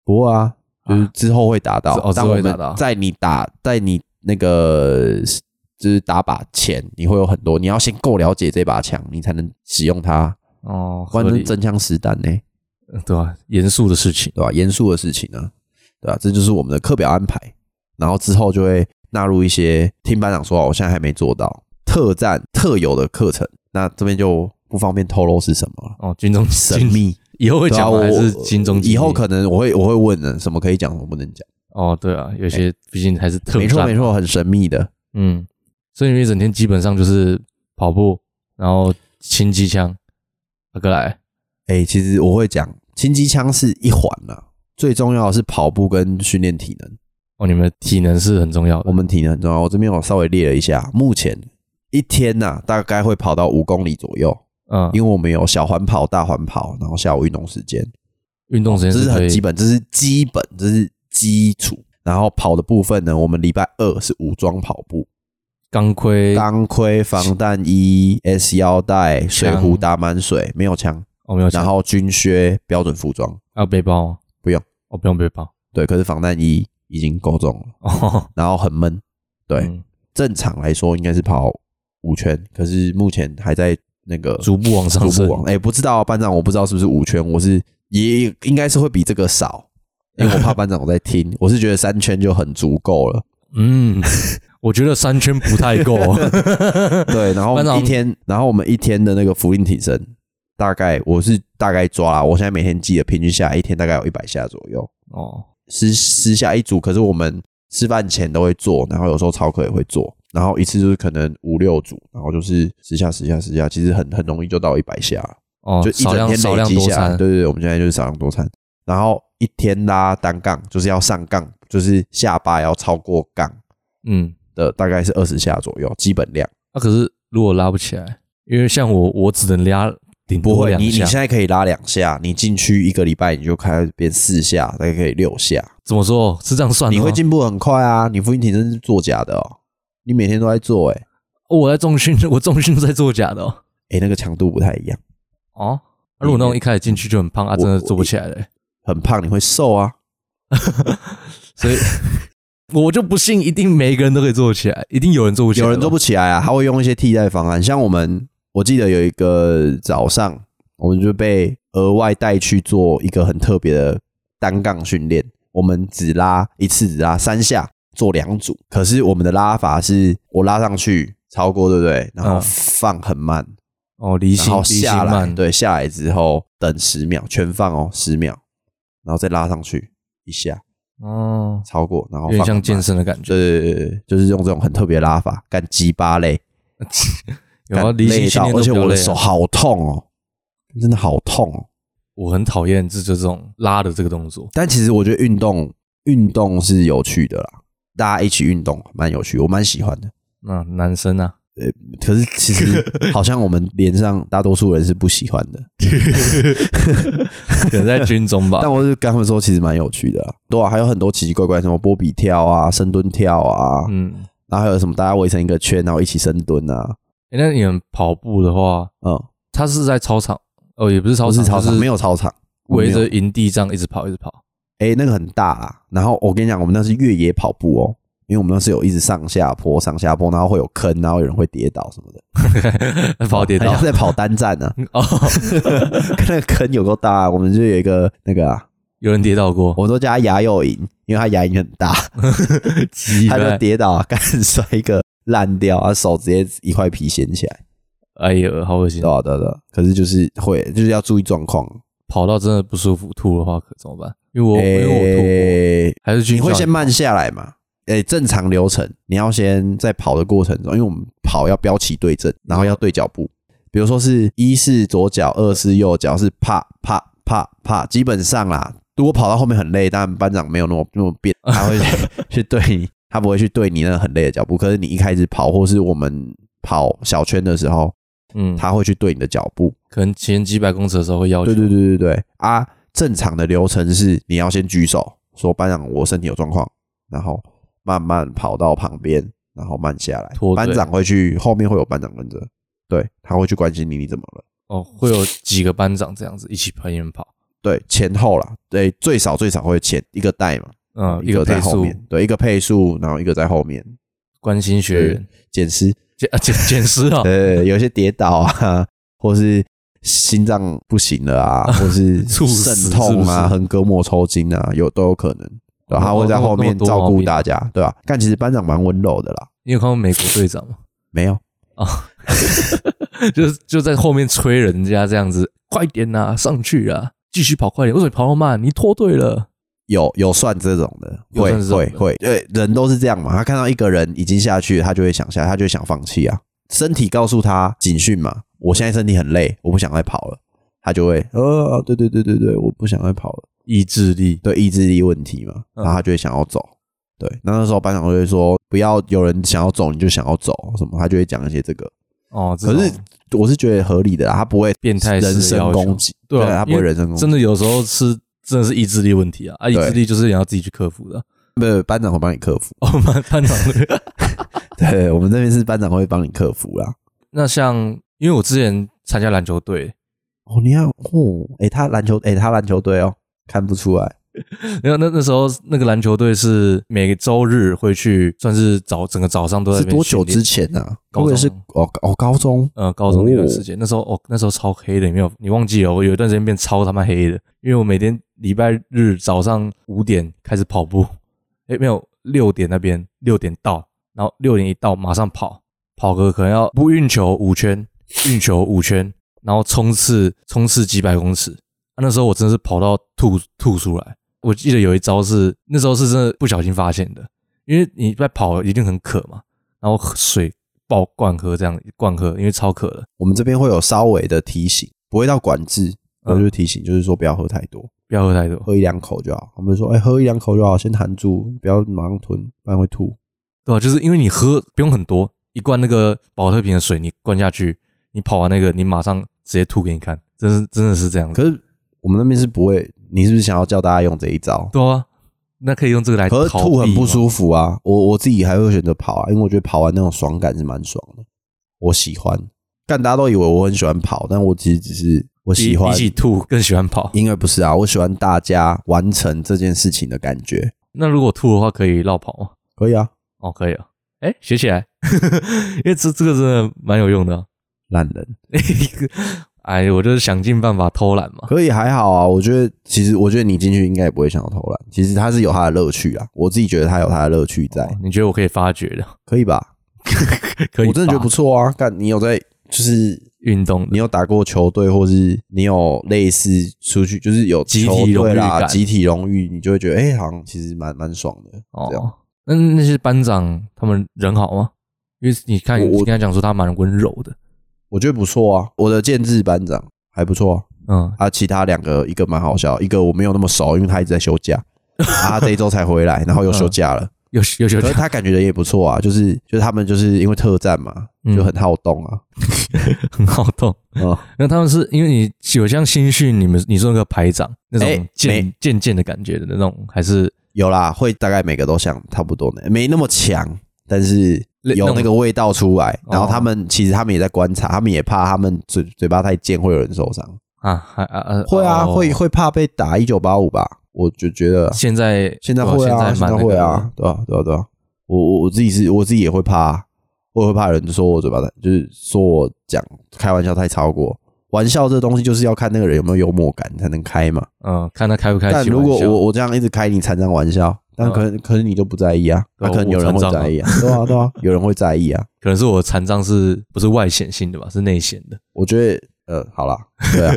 [SPEAKER 2] 不会啊，就是之后会打到，
[SPEAKER 1] 哦之
[SPEAKER 2] 当
[SPEAKER 1] 后
[SPEAKER 2] 我
[SPEAKER 1] 会打
[SPEAKER 2] 们
[SPEAKER 1] 到
[SPEAKER 2] 在你打在你那个就是打靶前，你会有很多，你要先够了解这把枪，你才能使用它，
[SPEAKER 1] 哦，
[SPEAKER 2] 不
[SPEAKER 1] 合
[SPEAKER 2] 然
[SPEAKER 1] 理
[SPEAKER 2] 是真枪实弹呢、
[SPEAKER 1] 对吧？严肃的事情，
[SPEAKER 2] 对吧、严肃的事情呢、对吧、这就是我们的课表安排，然后之后就会纳入一些听班长说，哦我现在还没做到特战特有的课程，那这边就不方便透露是什么了，
[SPEAKER 1] 哦，军中
[SPEAKER 2] 神，
[SPEAKER 1] 军
[SPEAKER 2] 秘。
[SPEAKER 1] 以后会
[SPEAKER 2] 对啊，
[SPEAKER 1] 讲吗
[SPEAKER 2] 我
[SPEAKER 1] 还是军中机密？
[SPEAKER 2] 以后可能我会我会问的，什么可以讲，什么不能讲。
[SPEAKER 1] 哦，对啊，有些毕竟还是特
[SPEAKER 2] 哎没错
[SPEAKER 1] 战
[SPEAKER 2] 没错，很神秘的。
[SPEAKER 1] 嗯，所以你一整天基本上就是跑步，然后轻机枪，阿哥来
[SPEAKER 2] 哎、其实我会讲轻机枪是一环啦、最重要的是跑步跟训练体能。
[SPEAKER 1] 哦，你们的体能是很重要
[SPEAKER 2] 我
[SPEAKER 1] 的，
[SPEAKER 2] 们体能很重要，我这边我稍微列了一下，目前一天呐、大概会跑到五公里左右。
[SPEAKER 1] 嗯，
[SPEAKER 2] 因为我们有小环跑、大环跑，然后下午运动时间，
[SPEAKER 1] 运动时间
[SPEAKER 2] 这是
[SPEAKER 1] 可
[SPEAKER 2] 很
[SPEAKER 1] 以
[SPEAKER 2] 基本，这是基本，这是基础。然后跑的部分呢，我们礼拜二是武装跑步，
[SPEAKER 1] 钢盔
[SPEAKER 2] 钢盔、防弹衣、S 腰带、水壶打满水，没有枪，
[SPEAKER 1] 哦没有
[SPEAKER 2] 然
[SPEAKER 1] 枪，
[SPEAKER 2] 后军靴、标准服装，
[SPEAKER 1] 还有背包吗？
[SPEAKER 2] 不用，
[SPEAKER 1] 哦不用背包
[SPEAKER 2] 对，可是防弹衣已经够重了，
[SPEAKER 1] 哦，
[SPEAKER 2] 然后很闷，对，
[SPEAKER 1] 嗯
[SPEAKER 2] 正常来说应该是跑五圈，可是目前还在那个
[SPEAKER 1] 逐步往上
[SPEAKER 2] 逐
[SPEAKER 1] 升
[SPEAKER 2] 步，往哎、不知道啊班长，我不知道是不是五圈，我是也应该是会比这个少，因为我怕班长我 在听，我是觉得三圈就很足够了。
[SPEAKER 1] 嗯，我觉得三圈不太 够，
[SPEAKER 2] 对，然后
[SPEAKER 1] 班长
[SPEAKER 2] 一天，然后我们一天的那个伏令挺身，大概我是大概抓啦，我现在每天记得平均下来一天大概有一百下左右，
[SPEAKER 1] 哦，
[SPEAKER 2] 私私下一组，可是我们吃饭前都会做，然后有时候操课也会做。然后一次就是可能五六组，然后就是十下十下十下，其实很很容易就到一百下了。
[SPEAKER 1] 哦，
[SPEAKER 2] 就一
[SPEAKER 1] 少
[SPEAKER 2] 整
[SPEAKER 1] 量
[SPEAKER 2] 天
[SPEAKER 1] 少
[SPEAKER 2] 累
[SPEAKER 1] 量
[SPEAKER 2] 积
[SPEAKER 1] 多
[SPEAKER 2] 下来。
[SPEAKER 1] 餐，
[SPEAKER 2] 对对对，我们现在就是少量多餐，然后一天拉单杠，就是要上杠，就是下巴要超过杠
[SPEAKER 1] 嗯，
[SPEAKER 2] 的，大概是二十下左右，基本量。
[SPEAKER 1] 那可是如果拉不起来，因为像我，我只能拉顶
[SPEAKER 2] 不
[SPEAKER 1] 多
[SPEAKER 2] 会，
[SPEAKER 1] 两
[SPEAKER 2] 你你
[SPEAKER 1] 下
[SPEAKER 2] 现。在可以拉两下，你进去一个礼拜你就开始变四下，大概可以六下，
[SPEAKER 1] 怎么说？是这样算的
[SPEAKER 2] 你
[SPEAKER 1] 吗？
[SPEAKER 2] 会进步很快啊！你腹肌挺身是作假的哦，你每天都在做、欸，哎
[SPEAKER 1] 哦我在重训， 我重训是在做假的哦。
[SPEAKER 2] 哎，那个强度不太一样，
[SPEAKER 1] 哦，啊如果那种一开始进去就很胖啊，
[SPEAKER 2] 我
[SPEAKER 1] 真的做不起来的欸。
[SPEAKER 2] 很胖你会瘦啊，
[SPEAKER 1] 所以我就不信一定每一个人都可以做起来，一定有人做不起来
[SPEAKER 2] 有
[SPEAKER 1] 吧，
[SPEAKER 2] 人做不起来啊，他会用一些替代方案。像我们，我记得有一个早上，我们就被额外带去做一个很特别的单杠训练，我们只拉一次，只拉三下，做两组。可是我们的拉法是我拉上去超过，对不对？然后
[SPEAKER 1] 嗯
[SPEAKER 2] 放很慢，
[SPEAKER 1] 哦，离
[SPEAKER 2] 然
[SPEAKER 1] 心
[SPEAKER 2] 后
[SPEAKER 1] 离心
[SPEAKER 2] 下来，
[SPEAKER 1] 慢，
[SPEAKER 2] 对，下来之后等十秒，全放哦，十秒，然后再拉上去一下，
[SPEAKER 1] 哦，
[SPEAKER 2] 超过，然后
[SPEAKER 1] 有点
[SPEAKER 2] 放很
[SPEAKER 1] 像
[SPEAKER 2] 慢
[SPEAKER 1] 健身的感觉，
[SPEAKER 2] 对对对对对，就是用这种很特别的拉法，干鸡巴累，
[SPEAKER 1] 有啊，
[SPEAKER 2] 干
[SPEAKER 1] 离心
[SPEAKER 2] 累
[SPEAKER 1] 训
[SPEAKER 2] 到
[SPEAKER 1] 练，
[SPEAKER 2] 而且我的手，好痛哦，真的好痛哦。
[SPEAKER 1] 我很讨厌这这种拉的这个动作，
[SPEAKER 2] 但其实我觉得运动运动是有趣的啦，大家一起运动蛮有趣，我蛮喜欢的。
[SPEAKER 1] 那男生啊，
[SPEAKER 2] 可是其实好像我们连上大多数人是不喜欢的，
[SPEAKER 1] 可能在军中吧，
[SPEAKER 2] 但我是跟他们说其实蛮有趣的啦。对啊，还有很多奇奇怪怪，什么波比跳啊、深蹲跳啊，
[SPEAKER 1] 嗯，
[SPEAKER 2] 然后还有什么大家围成一个圈，然后一起深蹲啊，
[SPEAKER 1] 诶那你们跑步的话，
[SPEAKER 2] 嗯，
[SPEAKER 1] 他是在操场，哦，也不是操
[SPEAKER 2] 不
[SPEAKER 1] 场，
[SPEAKER 2] 是操
[SPEAKER 1] 就
[SPEAKER 2] 场，
[SPEAKER 1] 是
[SPEAKER 2] 没有操场，我没
[SPEAKER 1] 围
[SPEAKER 2] 有
[SPEAKER 1] 着营地这样一直跑，一直 跑，
[SPEAKER 2] 哎、那个很大啦。然后我跟你讲，我们那是越野跑步哦，因为我们那是有一直上下坡、上下坡，然后会有坑，然后有人会跌倒什么的。
[SPEAKER 1] 跑跌倒
[SPEAKER 2] 好像，在跑单站呢、啊，
[SPEAKER 1] 哦，
[SPEAKER 2] 那个坑有够大、啊我们就有一个那个啊，
[SPEAKER 1] 有人跌倒过，
[SPEAKER 2] 我们都叫他牙釉营，因为他牙龈很大，
[SPEAKER 1] 鸡
[SPEAKER 2] 他就
[SPEAKER 1] 掰
[SPEAKER 2] 跌倒、啊，干摔一个烂掉，啊手直接一块皮掀起来，
[SPEAKER 1] 哎呦，好恶心
[SPEAKER 2] 对，啊吧、对吧、对吧可是就是会，就是要注意状况。
[SPEAKER 1] 跑到真的不舒服吐的话可怎么办？因为我、因为我吐过，
[SPEAKER 2] 诶
[SPEAKER 1] 还是军
[SPEAKER 2] 哎你会
[SPEAKER 1] 校
[SPEAKER 2] 先慢下来嘛？诶、正常流程，你要先在跑的过程中，因为我们跑要标起对正，然后要对脚步。比如说是一是左脚，二是右脚，是啪啪啪啪，基本上啦。如果跑到后面很累，当然班长没有那么那么变，他会 去对你，他不会去对你那个很累的脚步。可是你一开始跑，或是我们跑小圈的时候，
[SPEAKER 1] 嗯，
[SPEAKER 2] 他会去对你的脚步。
[SPEAKER 1] 可能前几百公尺的时候会要求，
[SPEAKER 2] 对对对对对啊！正常的流程是你要先举手说班长我身体有状况，然后慢慢跑到旁边，然后慢下来
[SPEAKER 1] 脱。队
[SPEAKER 2] 班长会去后面会有班长跟着，对他会去关心你你怎么了。
[SPEAKER 1] 哦，会有几个班长这样子一起陪你们跑，
[SPEAKER 2] 对，前后啦，对，最少最少会前一个带嘛，
[SPEAKER 1] 嗯，
[SPEAKER 2] 一
[SPEAKER 1] 个
[SPEAKER 2] 在
[SPEAKER 1] 配
[SPEAKER 2] 后
[SPEAKER 1] 速
[SPEAKER 2] 面，对，一个配速，然后一个在后面
[SPEAKER 1] 关心学员，
[SPEAKER 2] 捡尸，
[SPEAKER 1] 捡啊 捡捡尸啊，
[SPEAKER 2] 呃，有些跌倒啊， 或是心脏不行 了啊，或是
[SPEAKER 1] 猝死
[SPEAKER 2] 肾痛啊、
[SPEAKER 1] 是不是
[SPEAKER 2] 横膈膜抽筋啊，有都有可能。对，
[SPEAKER 1] 哦
[SPEAKER 2] 他会在后面照
[SPEAKER 1] 那么多毛
[SPEAKER 2] 顾
[SPEAKER 1] 病
[SPEAKER 2] 大家，对吧、但其实班长蛮温柔的啦，
[SPEAKER 1] 你有看过美国队长吗？
[SPEAKER 2] 没有，
[SPEAKER 1] 就是就在后面催人家这样子，快点呐、上去啊，继续跑快点，为什么你跑那么慢？你脱队了。
[SPEAKER 2] 有有算这种的，
[SPEAKER 1] 有
[SPEAKER 2] 会
[SPEAKER 1] 算这种
[SPEAKER 2] 会
[SPEAKER 1] 的
[SPEAKER 2] 会，对，人都是这样嘛。他看到一个人已经下去了，他就会想下，他就会想放弃啊。身体告诉他警讯嘛，我现在身体很累，我不想再跑了，他就会呃，对对对对对，我不想再跑了。
[SPEAKER 1] 意志力，
[SPEAKER 2] 对意志力问题嘛，
[SPEAKER 1] 嗯
[SPEAKER 2] 然后他就会想要走。对，那那时候班长就会说，不要有人想要走你就想要走什么，他就会讲一些这个。
[SPEAKER 1] 哦，这
[SPEAKER 2] 可是
[SPEAKER 1] 种
[SPEAKER 2] 我是觉得合理的啦，他不会
[SPEAKER 1] 变态式的
[SPEAKER 2] 人身
[SPEAKER 1] 要求
[SPEAKER 2] 攻击，
[SPEAKER 1] 对啊
[SPEAKER 2] 他不会
[SPEAKER 1] 因为
[SPEAKER 2] 人身攻击。
[SPEAKER 1] 真的有时候是真的是意志力问题啊，啊，意志力就是你要自己去克服的。
[SPEAKER 2] 不，班长会帮你克服。
[SPEAKER 1] 哦，班班长，
[SPEAKER 2] 对我们这边是班长会帮你克服啦。
[SPEAKER 1] 那像因为我之前参加篮球队，
[SPEAKER 2] 哦，你看，哦，诶，他篮球，诶，他篮球队哦，看不出来。
[SPEAKER 1] 然后那那时候那个篮球队是每个周日会去，算是早整个早上都在
[SPEAKER 2] 是
[SPEAKER 1] 那边
[SPEAKER 2] 多久
[SPEAKER 1] 训练
[SPEAKER 2] 之？前啊？
[SPEAKER 1] 高中
[SPEAKER 2] 或者是哦哦高中
[SPEAKER 1] 呃，高中那段时间，那时候哦，那时候超黑的，你没有你忘记了？我有一段时间变超他妈黑的，因为我每天礼拜日早上五点开始跑步，诶，没有六点那边六点到，然后六点一到马上跑，跑个可能要不运球五圈，运球五圈，然后冲刺冲刺几百公尺。啊、那时候我真的是跑到吐吐出来。我记得有一招是那时候是真的不小心发现的，因为你在跑一定很渴嘛，然后喝水爆灌喝这样灌喝，因为超渴了，
[SPEAKER 2] 我们这边会有稍微的提醒，不会到管制，
[SPEAKER 1] 嗯
[SPEAKER 2] 我就提醒，就是说不要喝太多。
[SPEAKER 1] 不要喝太多。
[SPEAKER 2] 喝一两口就好。我们就说，哎、喝一两口就好，先含住，不要马上吞，不然会吐。
[SPEAKER 1] 对啊，就是因为你喝不用很多，一罐那个保特瓶的水你灌下去，你跑完那个你马上直接吐给你看，真是真的是这样子。
[SPEAKER 2] 可是我们那边是不会，你是不是想要叫大家用这一招？
[SPEAKER 1] 对啊，那可以用这个来
[SPEAKER 2] 可是
[SPEAKER 1] 逃避
[SPEAKER 2] 吐很不
[SPEAKER 1] 嘛。
[SPEAKER 2] 舒服啊，我我自己还会选择跑啊，因为我觉得跑完那种爽感是蛮爽的，我喜欢。但大家都以为我很喜欢跑，但我其实只是我
[SPEAKER 1] 比
[SPEAKER 2] 喜欢
[SPEAKER 1] 比，起吐更喜欢跑。
[SPEAKER 2] 因为不是啊，我喜欢大家完成这件事情的感觉。
[SPEAKER 1] 那如果吐的话可以绕跑吗？
[SPEAKER 2] 可以啊，
[SPEAKER 1] 哦，可以啊，哎，学起来， 因为这这个真的蛮有用的啊、
[SPEAKER 2] 烂人
[SPEAKER 1] 哎，我就是想尽办法偷懒嘛。
[SPEAKER 2] 可以还好啊。我觉得其实我觉得你进去应该也不会想要偷懒，其实它是有它的乐趣啊。我自己觉得它有它的乐趣在，
[SPEAKER 1] 哦你觉得我可以发掘的？
[SPEAKER 2] 可以吧？
[SPEAKER 1] 可以吧，
[SPEAKER 2] 我真的觉得不错啊。干，你有在就是
[SPEAKER 1] 运动的
[SPEAKER 2] 你有打过球队，或是你有类似出去就是有
[SPEAKER 1] 集体
[SPEAKER 2] 球队
[SPEAKER 1] 荣誉
[SPEAKER 2] 啦、
[SPEAKER 1] 感
[SPEAKER 2] 集体荣誉，你就会觉得哎、诶好像其实蛮蛮爽的。这样
[SPEAKER 1] 哦。那那些班长他们人好吗？因为你看，
[SPEAKER 2] 我
[SPEAKER 1] 你刚才讲说他蛮温柔的，
[SPEAKER 2] 我觉得不错啊。我的建制班长还不错啊。
[SPEAKER 1] 嗯，
[SPEAKER 2] 啊，其他两个一个蛮好笑，一个我没有那么熟，因为他一直在休假，啊，他这一周才回来，然后
[SPEAKER 1] 嗯
[SPEAKER 2] 又休 假了。
[SPEAKER 1] 有有有
[SPEAKER 2] 可是他感觉的也不错啊，就是就是他们就是因为特战嘛，
[SPEAKER 1] 嗯
[SPEAKER 2] 就很好动啊。
[SPEAKER 1] 很好动。
[SPEAKER 2] 嗯，
[SPEAKER 1] 那他们是因为你有像新训，你们你说那个排长那种
[SPEAKER 2] 哎
[SPEAKER 1] 渐
[SPEAKER 2] 没
[SPEAKER 1] 渐渐的感觉的那种，还是
[SPEAKER 2] 有啦，会大概每个都像差不多的，没那么强，但是
[SPEAKER 1] 那
[SPEAKER 2] 有那个味道出来。
[SPEAKER 1] 哦
[SPEAKER 2] 然后他们其实他们也在观察，他们也怕他们嘴嘴巴太贱会有人受伤。
[SPEAKER 1] 啊还啊啊
[SPEAKER 2] 会啊，
[SPEAKER 1] 哦
[SPEAKER 2] 会会怕被打一九八五吧？我就觉得
[SPEAKER 1] 现在
[SPEAKER 2] 现在
[SPEAKER 1] 对
[SPEAKER 2] 会
[SPEAKER 1] 现
[SPEAKER 2] 啊，现在
[SPEAKER 1] 蛮那
[SPEAKER 2] 会
[SPEAKER 1] 个
[SPEAKER 2] 啊，对啊，对啊，对啊。我我我自己是我自己也会怕啊，我也会怕有人说我嘴巴太，就是说我讲开玩笑太超过。玩笑这东西就是要看那个人有没有幽默感才能开嘛。
[SPEAKER 1] 嗯，看他开不开
[SPEAKER 2] 但
[SPEAKER 1] 起
[SPEAKER 2] 如
[SPEAKER 1] 玩
[SPEAKER 2] 果
[SPEAKER 1] 笑。
[SPEAKER 2] 我我这样一直开你残障玩笑，但可能、可能你就不在意啊，那、
[SPEAKER 1] 对啊
[SPEAKER 2] 可能有人会
[SPEAKER 1] 我残障啊
[SPEAKER 2] 在意啊，对啊对啊，有人会在意啊。
[SPEAKER 1] 可能是我残障是不是外显性的吧？是内显的。
[SPEAKER 2] 我觉得呃，好啦，对啊，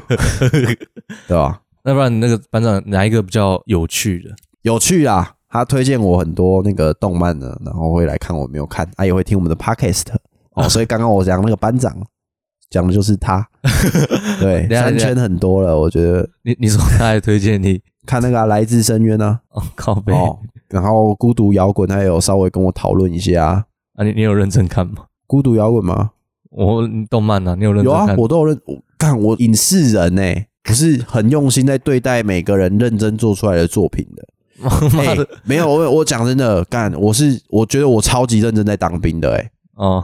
[SPEAKER 2] 对啊，
[SPEAKER 1] 那不然那个班长哪一个比较有趣的？
[SPEAKER 2] 有趣啊。他推荐我很多那个动漫呢，然后会来看我没有看，他、啊也会听我们的 podcast 哦。所以刚刚我讲那个班长，讲的就是他。对，
[SPEAKER 1] 等一下
[SPEAKER 2] 三圈很多了，我觉得
[SPEAKER 1] 你你说他还推荐你
[SPEAKER 2] 看那个啊、来自深渊》啊，
[SPEAKER 1] 哦靠背、
[SPEAKER 2] 哦，然后孤独摇滚，他也有稍微跟我讨论一下、啊、
[SPEAKER 1] 啊？你你有认真看吗？
[SPEAKER 2] 孤独摇滚吗？
[SPEAKER 1] 我动漫啊，你有认
[SPEAKER 2] 有
[SPEAKER 1] 真
[SPEAKER 2] 啊
[SPEAKER 1] 看？，
[SPEAKER 2] 我都有认，我看我影视人呢、欸不是很用心在对待每个人认真做出来的作品的。
[SPEAKER 1] 妈
[SPEAKER 2] 哎、
[SPEAKER 1] 的
[SPEAKER 2] 没有，我我讲真的，干，我是我觉得我超级认真在当兵的、欸，
[SPEAKER 1] 哦，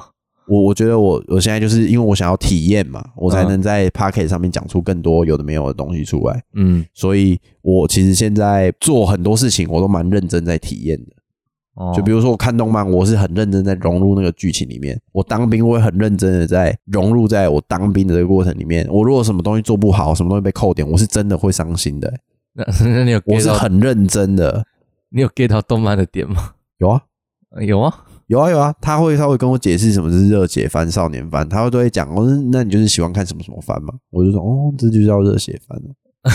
[SPEAKER 2] 我我觉得我我现在就是因为我想要体验嘛，我才
[SPEAKER 1] 嗯
[SPEAKER 2] 能在 p o c k e t 上面讲出更多有的没有的东西出来，
[SPEAKER 1] 嗯，
[SPEAKER 2] 所以我其实现在做很多事情我都蛮认真在体验的。
[SPEAKER 1] 哦，
[SPEAKER 2] 就比如说我看动漫，我是很认真在融入那个剧情里面；我当兵，我也很认真的在融入在我当兵的这个过程里面。我如果什么东西做不好，什么东西被扣点，我是真的会伤心的、哎
[SPEAKER 1] 那那你有
[SPEAKER 2] 我
[SPEAKER 1] get
[SPEAKER 2] 是
[SPEAKER 1] 到
[SPEAKER 2] 很认真的。
[SPEAKER 1] 你有 get 到动漫的点吗？
[SPEAKER 2] 有啊，
[SPEAKER 1] 有啊，
[SPEAKER 2] 有啊有啊，他会他会跟我解释什么是热血番、少年番，他会都会讲，哦，那你就是喜欢看什么什么番嘛？我就说，哦，这就叫热血番啊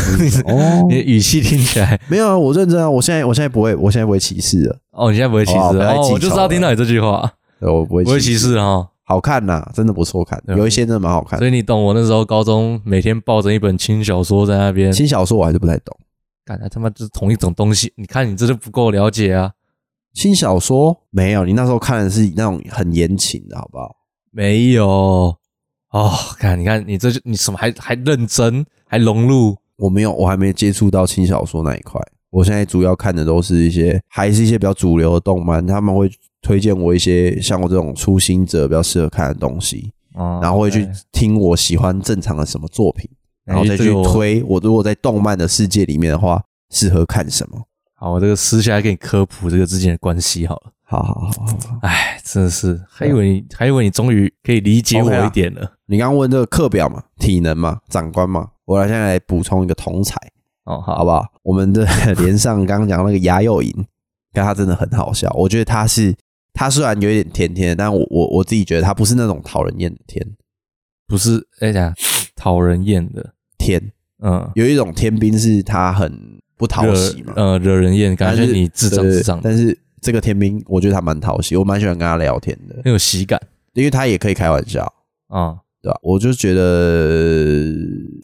[SPEAKER 2] 哦
[SPEAKER 1] 你，的语气听起来，
[SPEAKER 2] 没有啊，我认真啊，我现在我现在不会，我现在不会歧视了，
[SPEAKER 1] 哦，你现在不会歧视
[SPEAKER 2] 哦不要再
[SPEAKER 1] 哦，
[SPEAKER 2] 记
[SPEAKER 1] 我就
[SPEAKER 2] 仇
[SPEAKER 1] 知道
[SPEAKER 2] 了
[SPEAKER 1] 听到你这句话，啊
[SPEAKER 2] 对，我不会
[SPEAKER 1] 不会歧
[SPEAKER 2] 视，
[SPEAKER 1] 视哦。
[SPEAKER 2] 好看呐、真的不错看，
[SPEAKER 1] 对
[SPEAKER 2] 有一些真的蛮好看
[SPEAKER 1] 所。以你懂我那时候高中每天抱着一本轻小说在那边，
[SPEAKER 2] 轻小说我还是不太懂，
[SPEAKER 1] 感觉他妈就是同一种东西。你看你这就不够了解啊，
[SPEAKER 2] 轻小说没有，你那时候看的是那种很言情的，好不好？
[SPEAKER 1] 没有哦，看你看你这就你什么还还认真还融入，
[SPEAKER 2] 我没有，我还没接触到轻小说那一块。我现在主要看的都是一些，还是一些比较主流的动漫，他们会推荐我一些像我这种初心者比较适合看的东西，
[SPEAKER 1] 哦
[SPEAKER 2] 然后会去
[SPEAKER 1] 对
[SPEAKER 2] 听我喜欢正常的什么作品，然后再去
[SPEAKER 1] 哎对我
[SPEAKER 2] 推我如果在动漫的世界里面的话，适合看什么。
[SPEAKER 1] 好，我这个私下来给你科普这个之间的关系好了。
[SPEAKER 2] 好好好好好，
[SPEAKER 1] 哎，真的是，还以为你还以为你终于可以理解
[SPEAKER 2] OK 啊
[SPEAKER 1] 我一点了。
[SPEAKER 2] 你刚刚问这个课表嘛，体能嘛，长官嘛，我来现在来补充一个同才，
[SPEAKER 1] 哦，
[SPEAKER 2] 好
[SPEAKER 1] 好，
[SPEAKER 2] 不好？我 们的连上刚刚讲那个牙又赢，但他真的很好笑。我觉得他是他虽然有点甜甜的，但我我我自己觉得他不是那种讨人厌的甜
[SPEAKER 1] 不是，哎呀，讨人厌的，
[SPEAKER 2] 甜，
[SPEAKER 1] 嗯，
[SPEAKER 2] 有一种天兵是他很不讨喜嘛
[SPEAKER 1] 惹，呃惹人厌，感觉
[SPEAKER 2] 但是
[SPEAKER 1] 你智障
[SPEAKER 2] 对
[SPEAKER 1] 智障的，
[SPEAKER 2] 但是这个天兵，我觉得他蛮讨喜，我蛮喜欢跟他聊天的，
[SPEAKER 1] 很有喜感
[SPEAKER 2] 因为他也可以开玩笑。
[SPEAKER 1] 啊。
[SPEAKER 2] 对吧？我就觉得，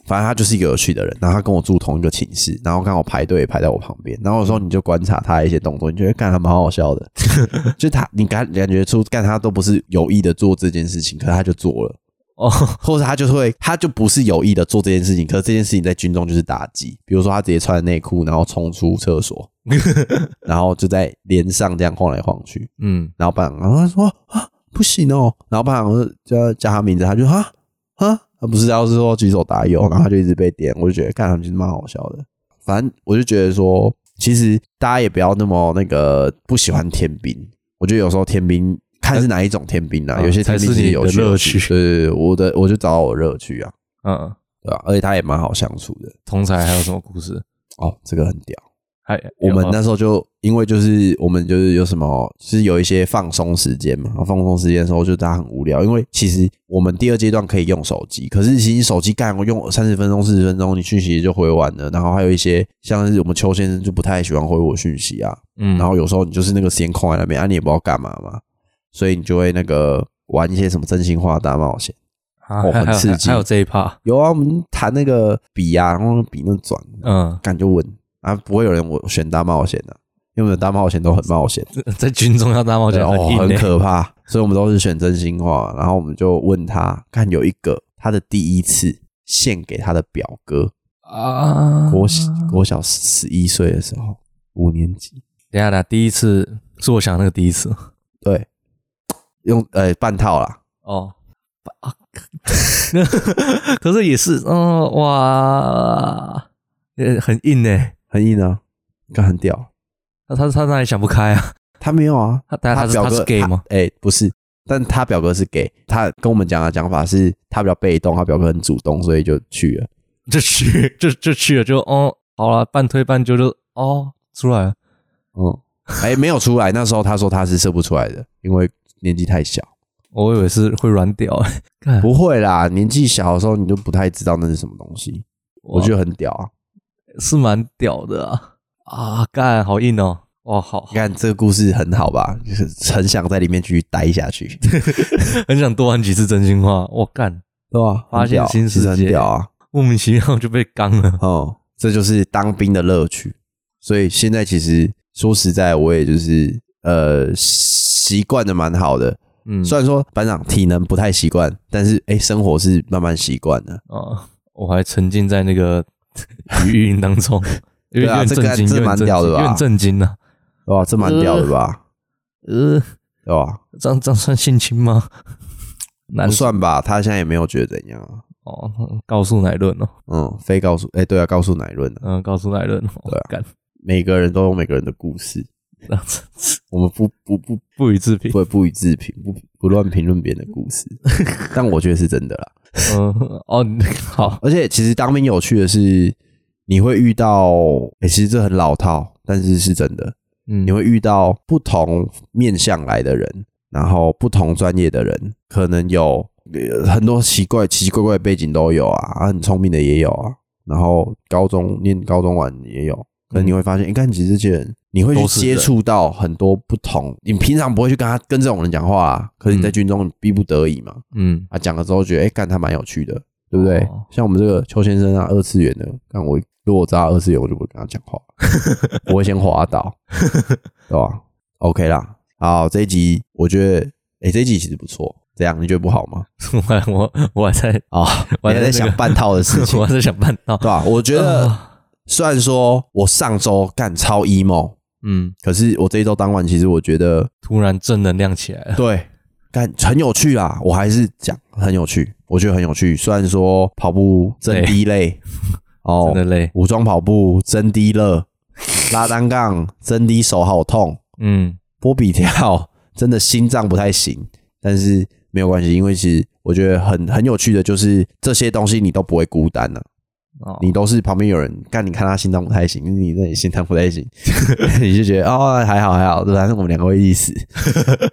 [SPEAKER 2] 反正他就是一个有趣的人。然后他跟我住同一个寝室，然后刚好排队也排在我旁边。然后有时候你就观察他的一些动作，你觉得干还蛮好笑的。就他，你感感觉出干他都不是有意的做这件事情，可是他就做了，
[SPEAKER 1] 哦，
[SPEAKER 2] 或者他就会，他就不是有意的做这件事情，可是这件事情在军中就是打击。比如说他直接穿内裤，然后冲出厕所，然后就在连上这样晃来晃去。
[SPEAKER 1] 嗯，
[SPEAKER 2] 老板，然后他说啊不行哦，老板我就叫叫他名字，他就啊啊，他不是要是说举手答有，然后他就一直被点，我就觉得干他们其实蛮好笑的。反正我就觉得说，其实大家也不要那么那个不喜欢天兵，我觉得有时候天兵看是哪一种天兵啊，
[SPEAKER 1] 嗯
[SPEAKER 2] 有些天
[SPEAKER 1] 才是
[SPEAKER 2] 兵其实
[SPEAKER 1] 你
[SPEAKER 2] 有
[SPEAKER 1] 的
[SPEAKER 2] 趣
[SPEAKER 1] 乐
[SPEAKER 2] 有趣
[SPEAKER 1] 趣
[SPEAKER 2] 对对对，我的我就找到我乐趣啊，
[SPEAKER 1] 嗯，
[SPEAKER 2] 对吧、而且他也蛮好相处的。
[SPEAKER 1] 同才还有什么故事？
[SPEAKER 2] 哦，这个很屌。
[SPEAKER 1] 还
[SPEAKER 2] 我们
[SPEAKER 1] 有
[SPEAKER 2] 那时候就因为就是我们就是有什么是有一些放松时间嘛，然后放松时间的时候就大家很无聊，因为其实我们第二阶段可以用手机，可是其实你手机干我用三十分钟四十分钟，你讯息就回完了，然后还有一些像是我们邱先生就不太喜欢回我讯息啊，
[SPEAKER 1] 嗯，
[SPEAKER 2] 然后有时候你就是那个时间空在那边，啊你也不知道干嘛嘛，所以你就会那个玩一些什么真心话大冒险。
[SPEAKER 1] 啊
[SPEAKER 2] 哦
[SPEAKER 1] 还
[SPEAKER 2] 很
[SPEAKER 1] 还有
[SPEAKER 2] 刺激
[SPEAKER 1] 还有这一趴，
[SPEAKER 2] 有啊，我们弹那个笔啊，然后笔那转，
[SPEAKER 1] 嗯，
[SPEAKER 2] 干就问啊，不会有人我选大冒险的、因为我们的大冒险都很冒险，
[SPEAKER 1] 在军中要大冒险
[SPEAKER 2] 对哦，
[SPEAKER 1] 硬
[SPEAKER 2] 很
[SPEAKER 1] 欸
[SPEAKER 2] 可怕，所以我们都是选真心话。然后我们就问他，看有一个他的第一次献给他的表哥，
[SPEAKER 1] 啊！
[SPEAKER 2] 国国小十一岁的时候，五年级，
[SPEAKER 1] 等一下啦，第一次是我想的那个第一次
[SPEAKER 2] 对，用呃半套啦，
[SPEAKER 1] 哦。 啊，可可是也是，嗯、哇，呃，很硬呢、
[SPEAKER 2] 很硬啊，看很屌。
[SPEAKER 1] 那他他哪里想不开啊？
[SPEAKER 2] 他没有啊，
[SPEAKER 1] 他他他是
[SPEAKER 2] 表
[SPEAKER 1] 他
[SPEAKER 2] 哥
[SPEAKER 1] 是 gay
[SPEAKER 2] 他
[SPEAKER 1] 吗？
[SPEAKER 2] 哎、不是，但他表哥是 gay，他跟我们讲的讲法是他比较被动，他表哥很主动，所以就去了。
[SPEAKER 1] 就去就就去了，就哦，好了，半推半就就哦出来了。
[SPEAKER 2] 嗯，哎、没有出来。那时候他说他是射不出来的，因为年纪太小。
[SPEAKER 1] 我以为是会软屌、 欸，干
[SPEAKER 2] 不会啦，年纪小的时候你就不太知道那是什么东西，我
[SPEAKER 1] 哇
[SPEAKER 2] 觉得很屌啊。
[SPEAKER 1] 是蛮屌的啊啊，干好硬哦，哇，好
[SPEAKER 2] 你看这个故事很好吧，就是很想在里面继续待 下去，
[SPEAKER 1] 很想多玩几次真心话，我干
[SPEAKER 2] 对吧？
[SPEAKER 1] 啊发现
[SPEAKER 2] 很屌啊
[SPEAKER 1] 新世
[SPEAKER 2] 其实很
[SPEAKER 1] 界
[SPEAKER 2] 屌啊。
[SPEAKER 1] 莫名其妙就被刚了。
[SPEAKER 2] 哦、这就是当兵的乐趣。所以现在其实说实在，我也就是呃习惯的蛮好的。
[SPEAKER 1] 嗯，
[SPEAKER 2] 虽然说班长体能不太习惯，但是哎、生活是慢慢习惯的。
[SPEAKER 1] 啊，我还沉浸在那个余韵当中，有
[SPEAKER 2] 对啊
[SPEAKER 1] 点
[SPEAKER 2] 这个
[SPEAKER 1] 震惊，
[SPEAKER 2] 这
[SPEAKER 1] 有点
[SPEAKER 2] 蛮
[SPEAKER 1] 震
[SPEAKER 2] 屌的
[SPEAKER 1] 惊
[SPEAKER 2] 吧
[SPEAKER 1] 有点震惊啊。
[SPEAKER 2] 哇，这蛮屌的吧？
[SPEAKER 1] 呃，
[SPEAKER 2] 对吧？
[SPEAKER 1] 这样这样算性侵吗？难
[SPEAKER 2] 不算吧，他现在也没有觉得怎样啊。
[SPEAKER 1] 哦，告诉乃论哦，
[SPEAKER 2] 嗯，非告诉哎、对啊，告诉乃论啊，
[SPEAKER 1] 嗯，告诉乃论哦，
[SPEAKER 2] 对啊
[SPEAKER 1] 干
[SPEAKER 2] 每个人都有每个人的故事，
[SPEAKER 1] 这样子
[SPEAKER 2] 我们不不不
[SPEAKER 1] 不予置评。
[SPEAKER 2] 不不予置评，不不乱评论别人的故事，但我觉得是真的啦。
[SPEAKER 1] 嗯，哦，你好，
[SPEAKER 2] 而且其实当兵有趣的是，你会遇到，哎、其实这很老套，但是是真的，
[SPEAKER 1] 嗯
[SPEAKER 2] 你会遇到不同面向来的人，然后不同专业的人，可能有、呃很多奇怪、奇奇怪怪的背景都有啊，啊很聪明的也有啊，然后高中念高中完也有，可能你会发现，你、看其实这些人，你会去
[SPEAKER 1] 都是
[SPEAKER 2] 接
[SPEAKER 1] 人
[SPEAKER 2] 触到很多不同，你平常不会去跟他跟这种人讲话、啊，可是你在
[SPEAKER 1] 嗯
[SPEAKER 2] 军中你逼不得已嘛，
[SPEAKER 1] 嗯，
[SPEAKER 2] 啊，讲了之后觉得，哎、干他蛮有趣的，对不对？
[SPEAKER 1] 哦
[SPEAKER 2] 像我们这个邱先生啊，二次元的，干我如果我知道他二次元，我就不会跟他讲话，我会先滑倒，对吧？OK 啦，好，这一集我觉得，哎、这一集其实不错，这样你觉得不好吗？
[SPEAKER 1] 我还我我还在， 哦
[SPEAKER 2] 啊、
[SPEAKER 1] 我
[SPEAKER 2] 我
[SPEAKER 1] 还
[SPEAKER 2] 还
[SPEAKER 1] 在那
[SPEAKER 2] 在
[SPEAKER 1] 个
[SPEAKER 2] 想半套的事情，
[SPEAKER 1] 我还在想办到
[SPEAKER 2] 对。吧？我觉得
[SPEAKER 1] 啊
[SPEAKER 2] 虽然说我上周干超 emo，
[SPEAKER 1] 嗯，
[SPEAKER 2] 可是我这一周当晚，其实我觉得
[SPEAKER 1] 突然正能量起来了。
[SPEAKER 2] 对，但很有趣啊，我还是讲很有趣，我觉得很有趣。虽然说跑步真滴累， 哦
[SPEAKER 1] 真，的累，
[SPEAKER 2] 武装跑步真滴热，拉单杠真滴手好痛，
[SPEAKER 1] 嗯，
[SPEAKER 2] 波比跳 真的心脏不太行，但是没有关系，因为其实我觉得很很有趣的就是这些东西你都不会孤单啊，
[SPEAKER 1] 哦，
[SPEAKER 2] 你都是旁边有人干，你看他心脏不太行，你那你心脏不太行， 你就觉得哦还好还好，对吧？反正我们两个会一起死，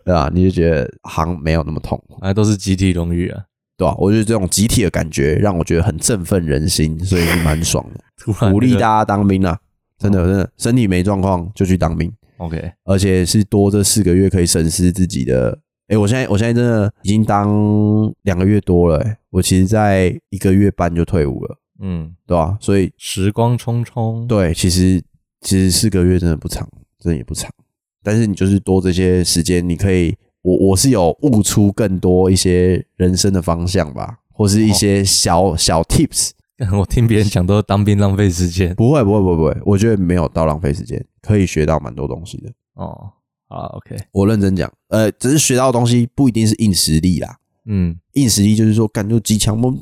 [SPEAKER 2] 对吧？你就觉得好像没有那么痛苦，
[SPEAKER 1] 哎，都是集体荣誉啊！
[SPEAKER 2] 对吧？我觉得这种集体的感觉让我觉得很振奋人心，所以是蛮爽 的，
[SPEAKER 1] 突然
[SPEAKER 2] 鼓励大
[SPEAKER 1] 大
[SPEAKER 2] 家当兵啊！真的真的，身体没状况就去当兵，
[SPEAKER 1] ，OK，
[SPEAKER 2] 而且是多这四个月可以审视自己的。诶、我现在我现在真的已经当两个月多了、诶我其实在一个月半就退伍了，
[SPEAKER 1] 嗯，
[SPEAKER 2] 对吧、所以
[SPEAKER 1] 时光匆匆，
[SPEAKER 2] 对，其实其实四个月真的不长，真的也不长。但是你就是多这些时间，你可以，我我是有悟出更多一些人生的方向吧，或是一些小、小 tips。
[SPEAKER 1] 干 我听别人讲都是当兵浪费时间
[SPEAKER 2] 不会不会不会不会，我觉得没有到浪费时间，可以学到蛮多东西的。
[SPEAKER 1] 哦。啊，OK，
[SPEAKER 2] 我认真讲，呃，只是学到的东西不一定是硬实力啦，
[SPEAKER 1] 嗯，
[SPEAKER 2] 硬实力就是说，干就机枪，我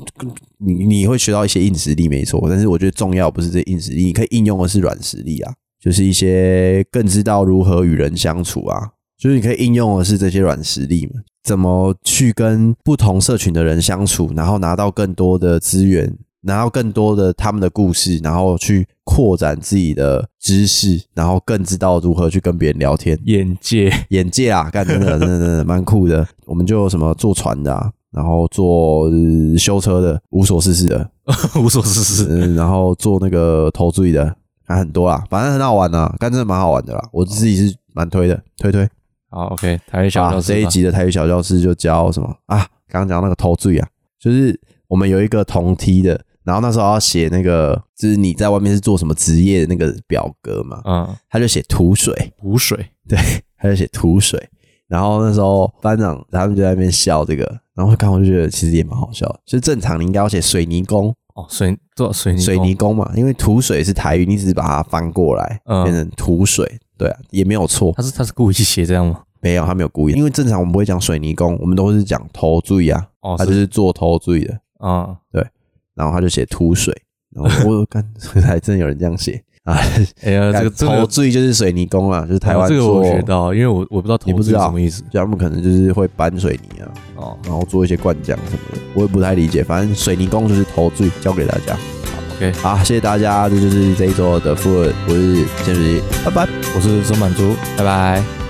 [SPEAKER 2] 你你会学到一些硬实力，没错。但是我觉得重要不是这硬实力，你可以应用的是软实力啊，就是一些更知道如何与人相处啊，就是你可以应用的是这些软实力嘛，怎么去跟不同社群的人相处，然后拿到更多的资源，拿到更多的他们的故事，然后去扩展自己的知识，然后更知道如何去跟别人聊天，
[SPEAKER 1] 眼 界，
[SPEAKER 2] 眼界啊，干真的真的真的蛮酷的。我们就有什么坐船的、啊，然后坐、呃修车的，无所事事的，
[SPEAKER 1] 无所事事。
[SPEAKER 2] 嗯，然后做那个投注的，还很多啦，反正很好玩啊，干真的蛮好玩的啦，我自己是蛮推的，推推。
[SPEAKER 1] 好，OK，台语小
[SPEAKER 2] 啊
[SPEAKER 1] 教室吧
[SPEAKER 2] 这一集的台语小教室就教什么啊？刚刚讲那个投醉啊，就是我们有一个同梯的，然后那时候要写那个，就是你在外面是做什么职业的那个表格嘛，
[SPEAKER 1] 嗯，
[SPEAKER 2] 他就写土水，
[SPEAKER 1] 补水，
[SPEAKER 2] 他就写土水，然后那时候班长他们就在那边笑这个，然后看我就觉得其实也蛮好笑的，就是正常你应该要写水泥工，
[SPEAKER 1] 哦，水做水泥工
[SPEAKER 2] 水泥，工嘛，因为土水是台语，你只是把它翻过来、
[SPEAKER 1] 嗯
[SPEAKER 2] 变成土水，对啊，也没有错，
[SPEAKER 1] 他是他是故意写这样吗？
[SPEAKER 2] 没有他没有故意，因为正常我们不会讲水泥工，我们都是讲投醉啊。
[SPEAKER 1] 哦，
[SPEAKER 2] 他就是是做偷醉的，
[SPEAKER 1] 啊，
[SPEAKER 2] 然后他就写吐水，然后我 干，还真有人这样写啊！
[SPEAKER 1] 哎呀，这个这
[SPEAKER 2] 偷
[SPEAKER 1] 个
[SPEAKER 2] 醉就是水泥工啊，就是台湾
[SPEAKER 1] 这个
[SPEAKER 2] 做
[SPEAKER 1] 我学，到，因为我我不知道投
[SPEAKER 2] 你不
[SPEAKER 1] 资
[SPEAKER 2] 知道
[SPEAKER 1] 什么意思
[SPEAKER 2] 就他们可能就是会搬水泥啊，
[SPEAKER 1] 哦。
[SPEAKER 2] 然后做一些灌浆什么的，我也不太理解，反正水泥工就是偷醉，教给大家。
[SPEAKER 1] OK，
[SPEAKER 2] 好，谢谢大家，这就是这一周的 Food，我是先水机，拜拜。
[SPEAKER 1] 我是周满珠，拜拜。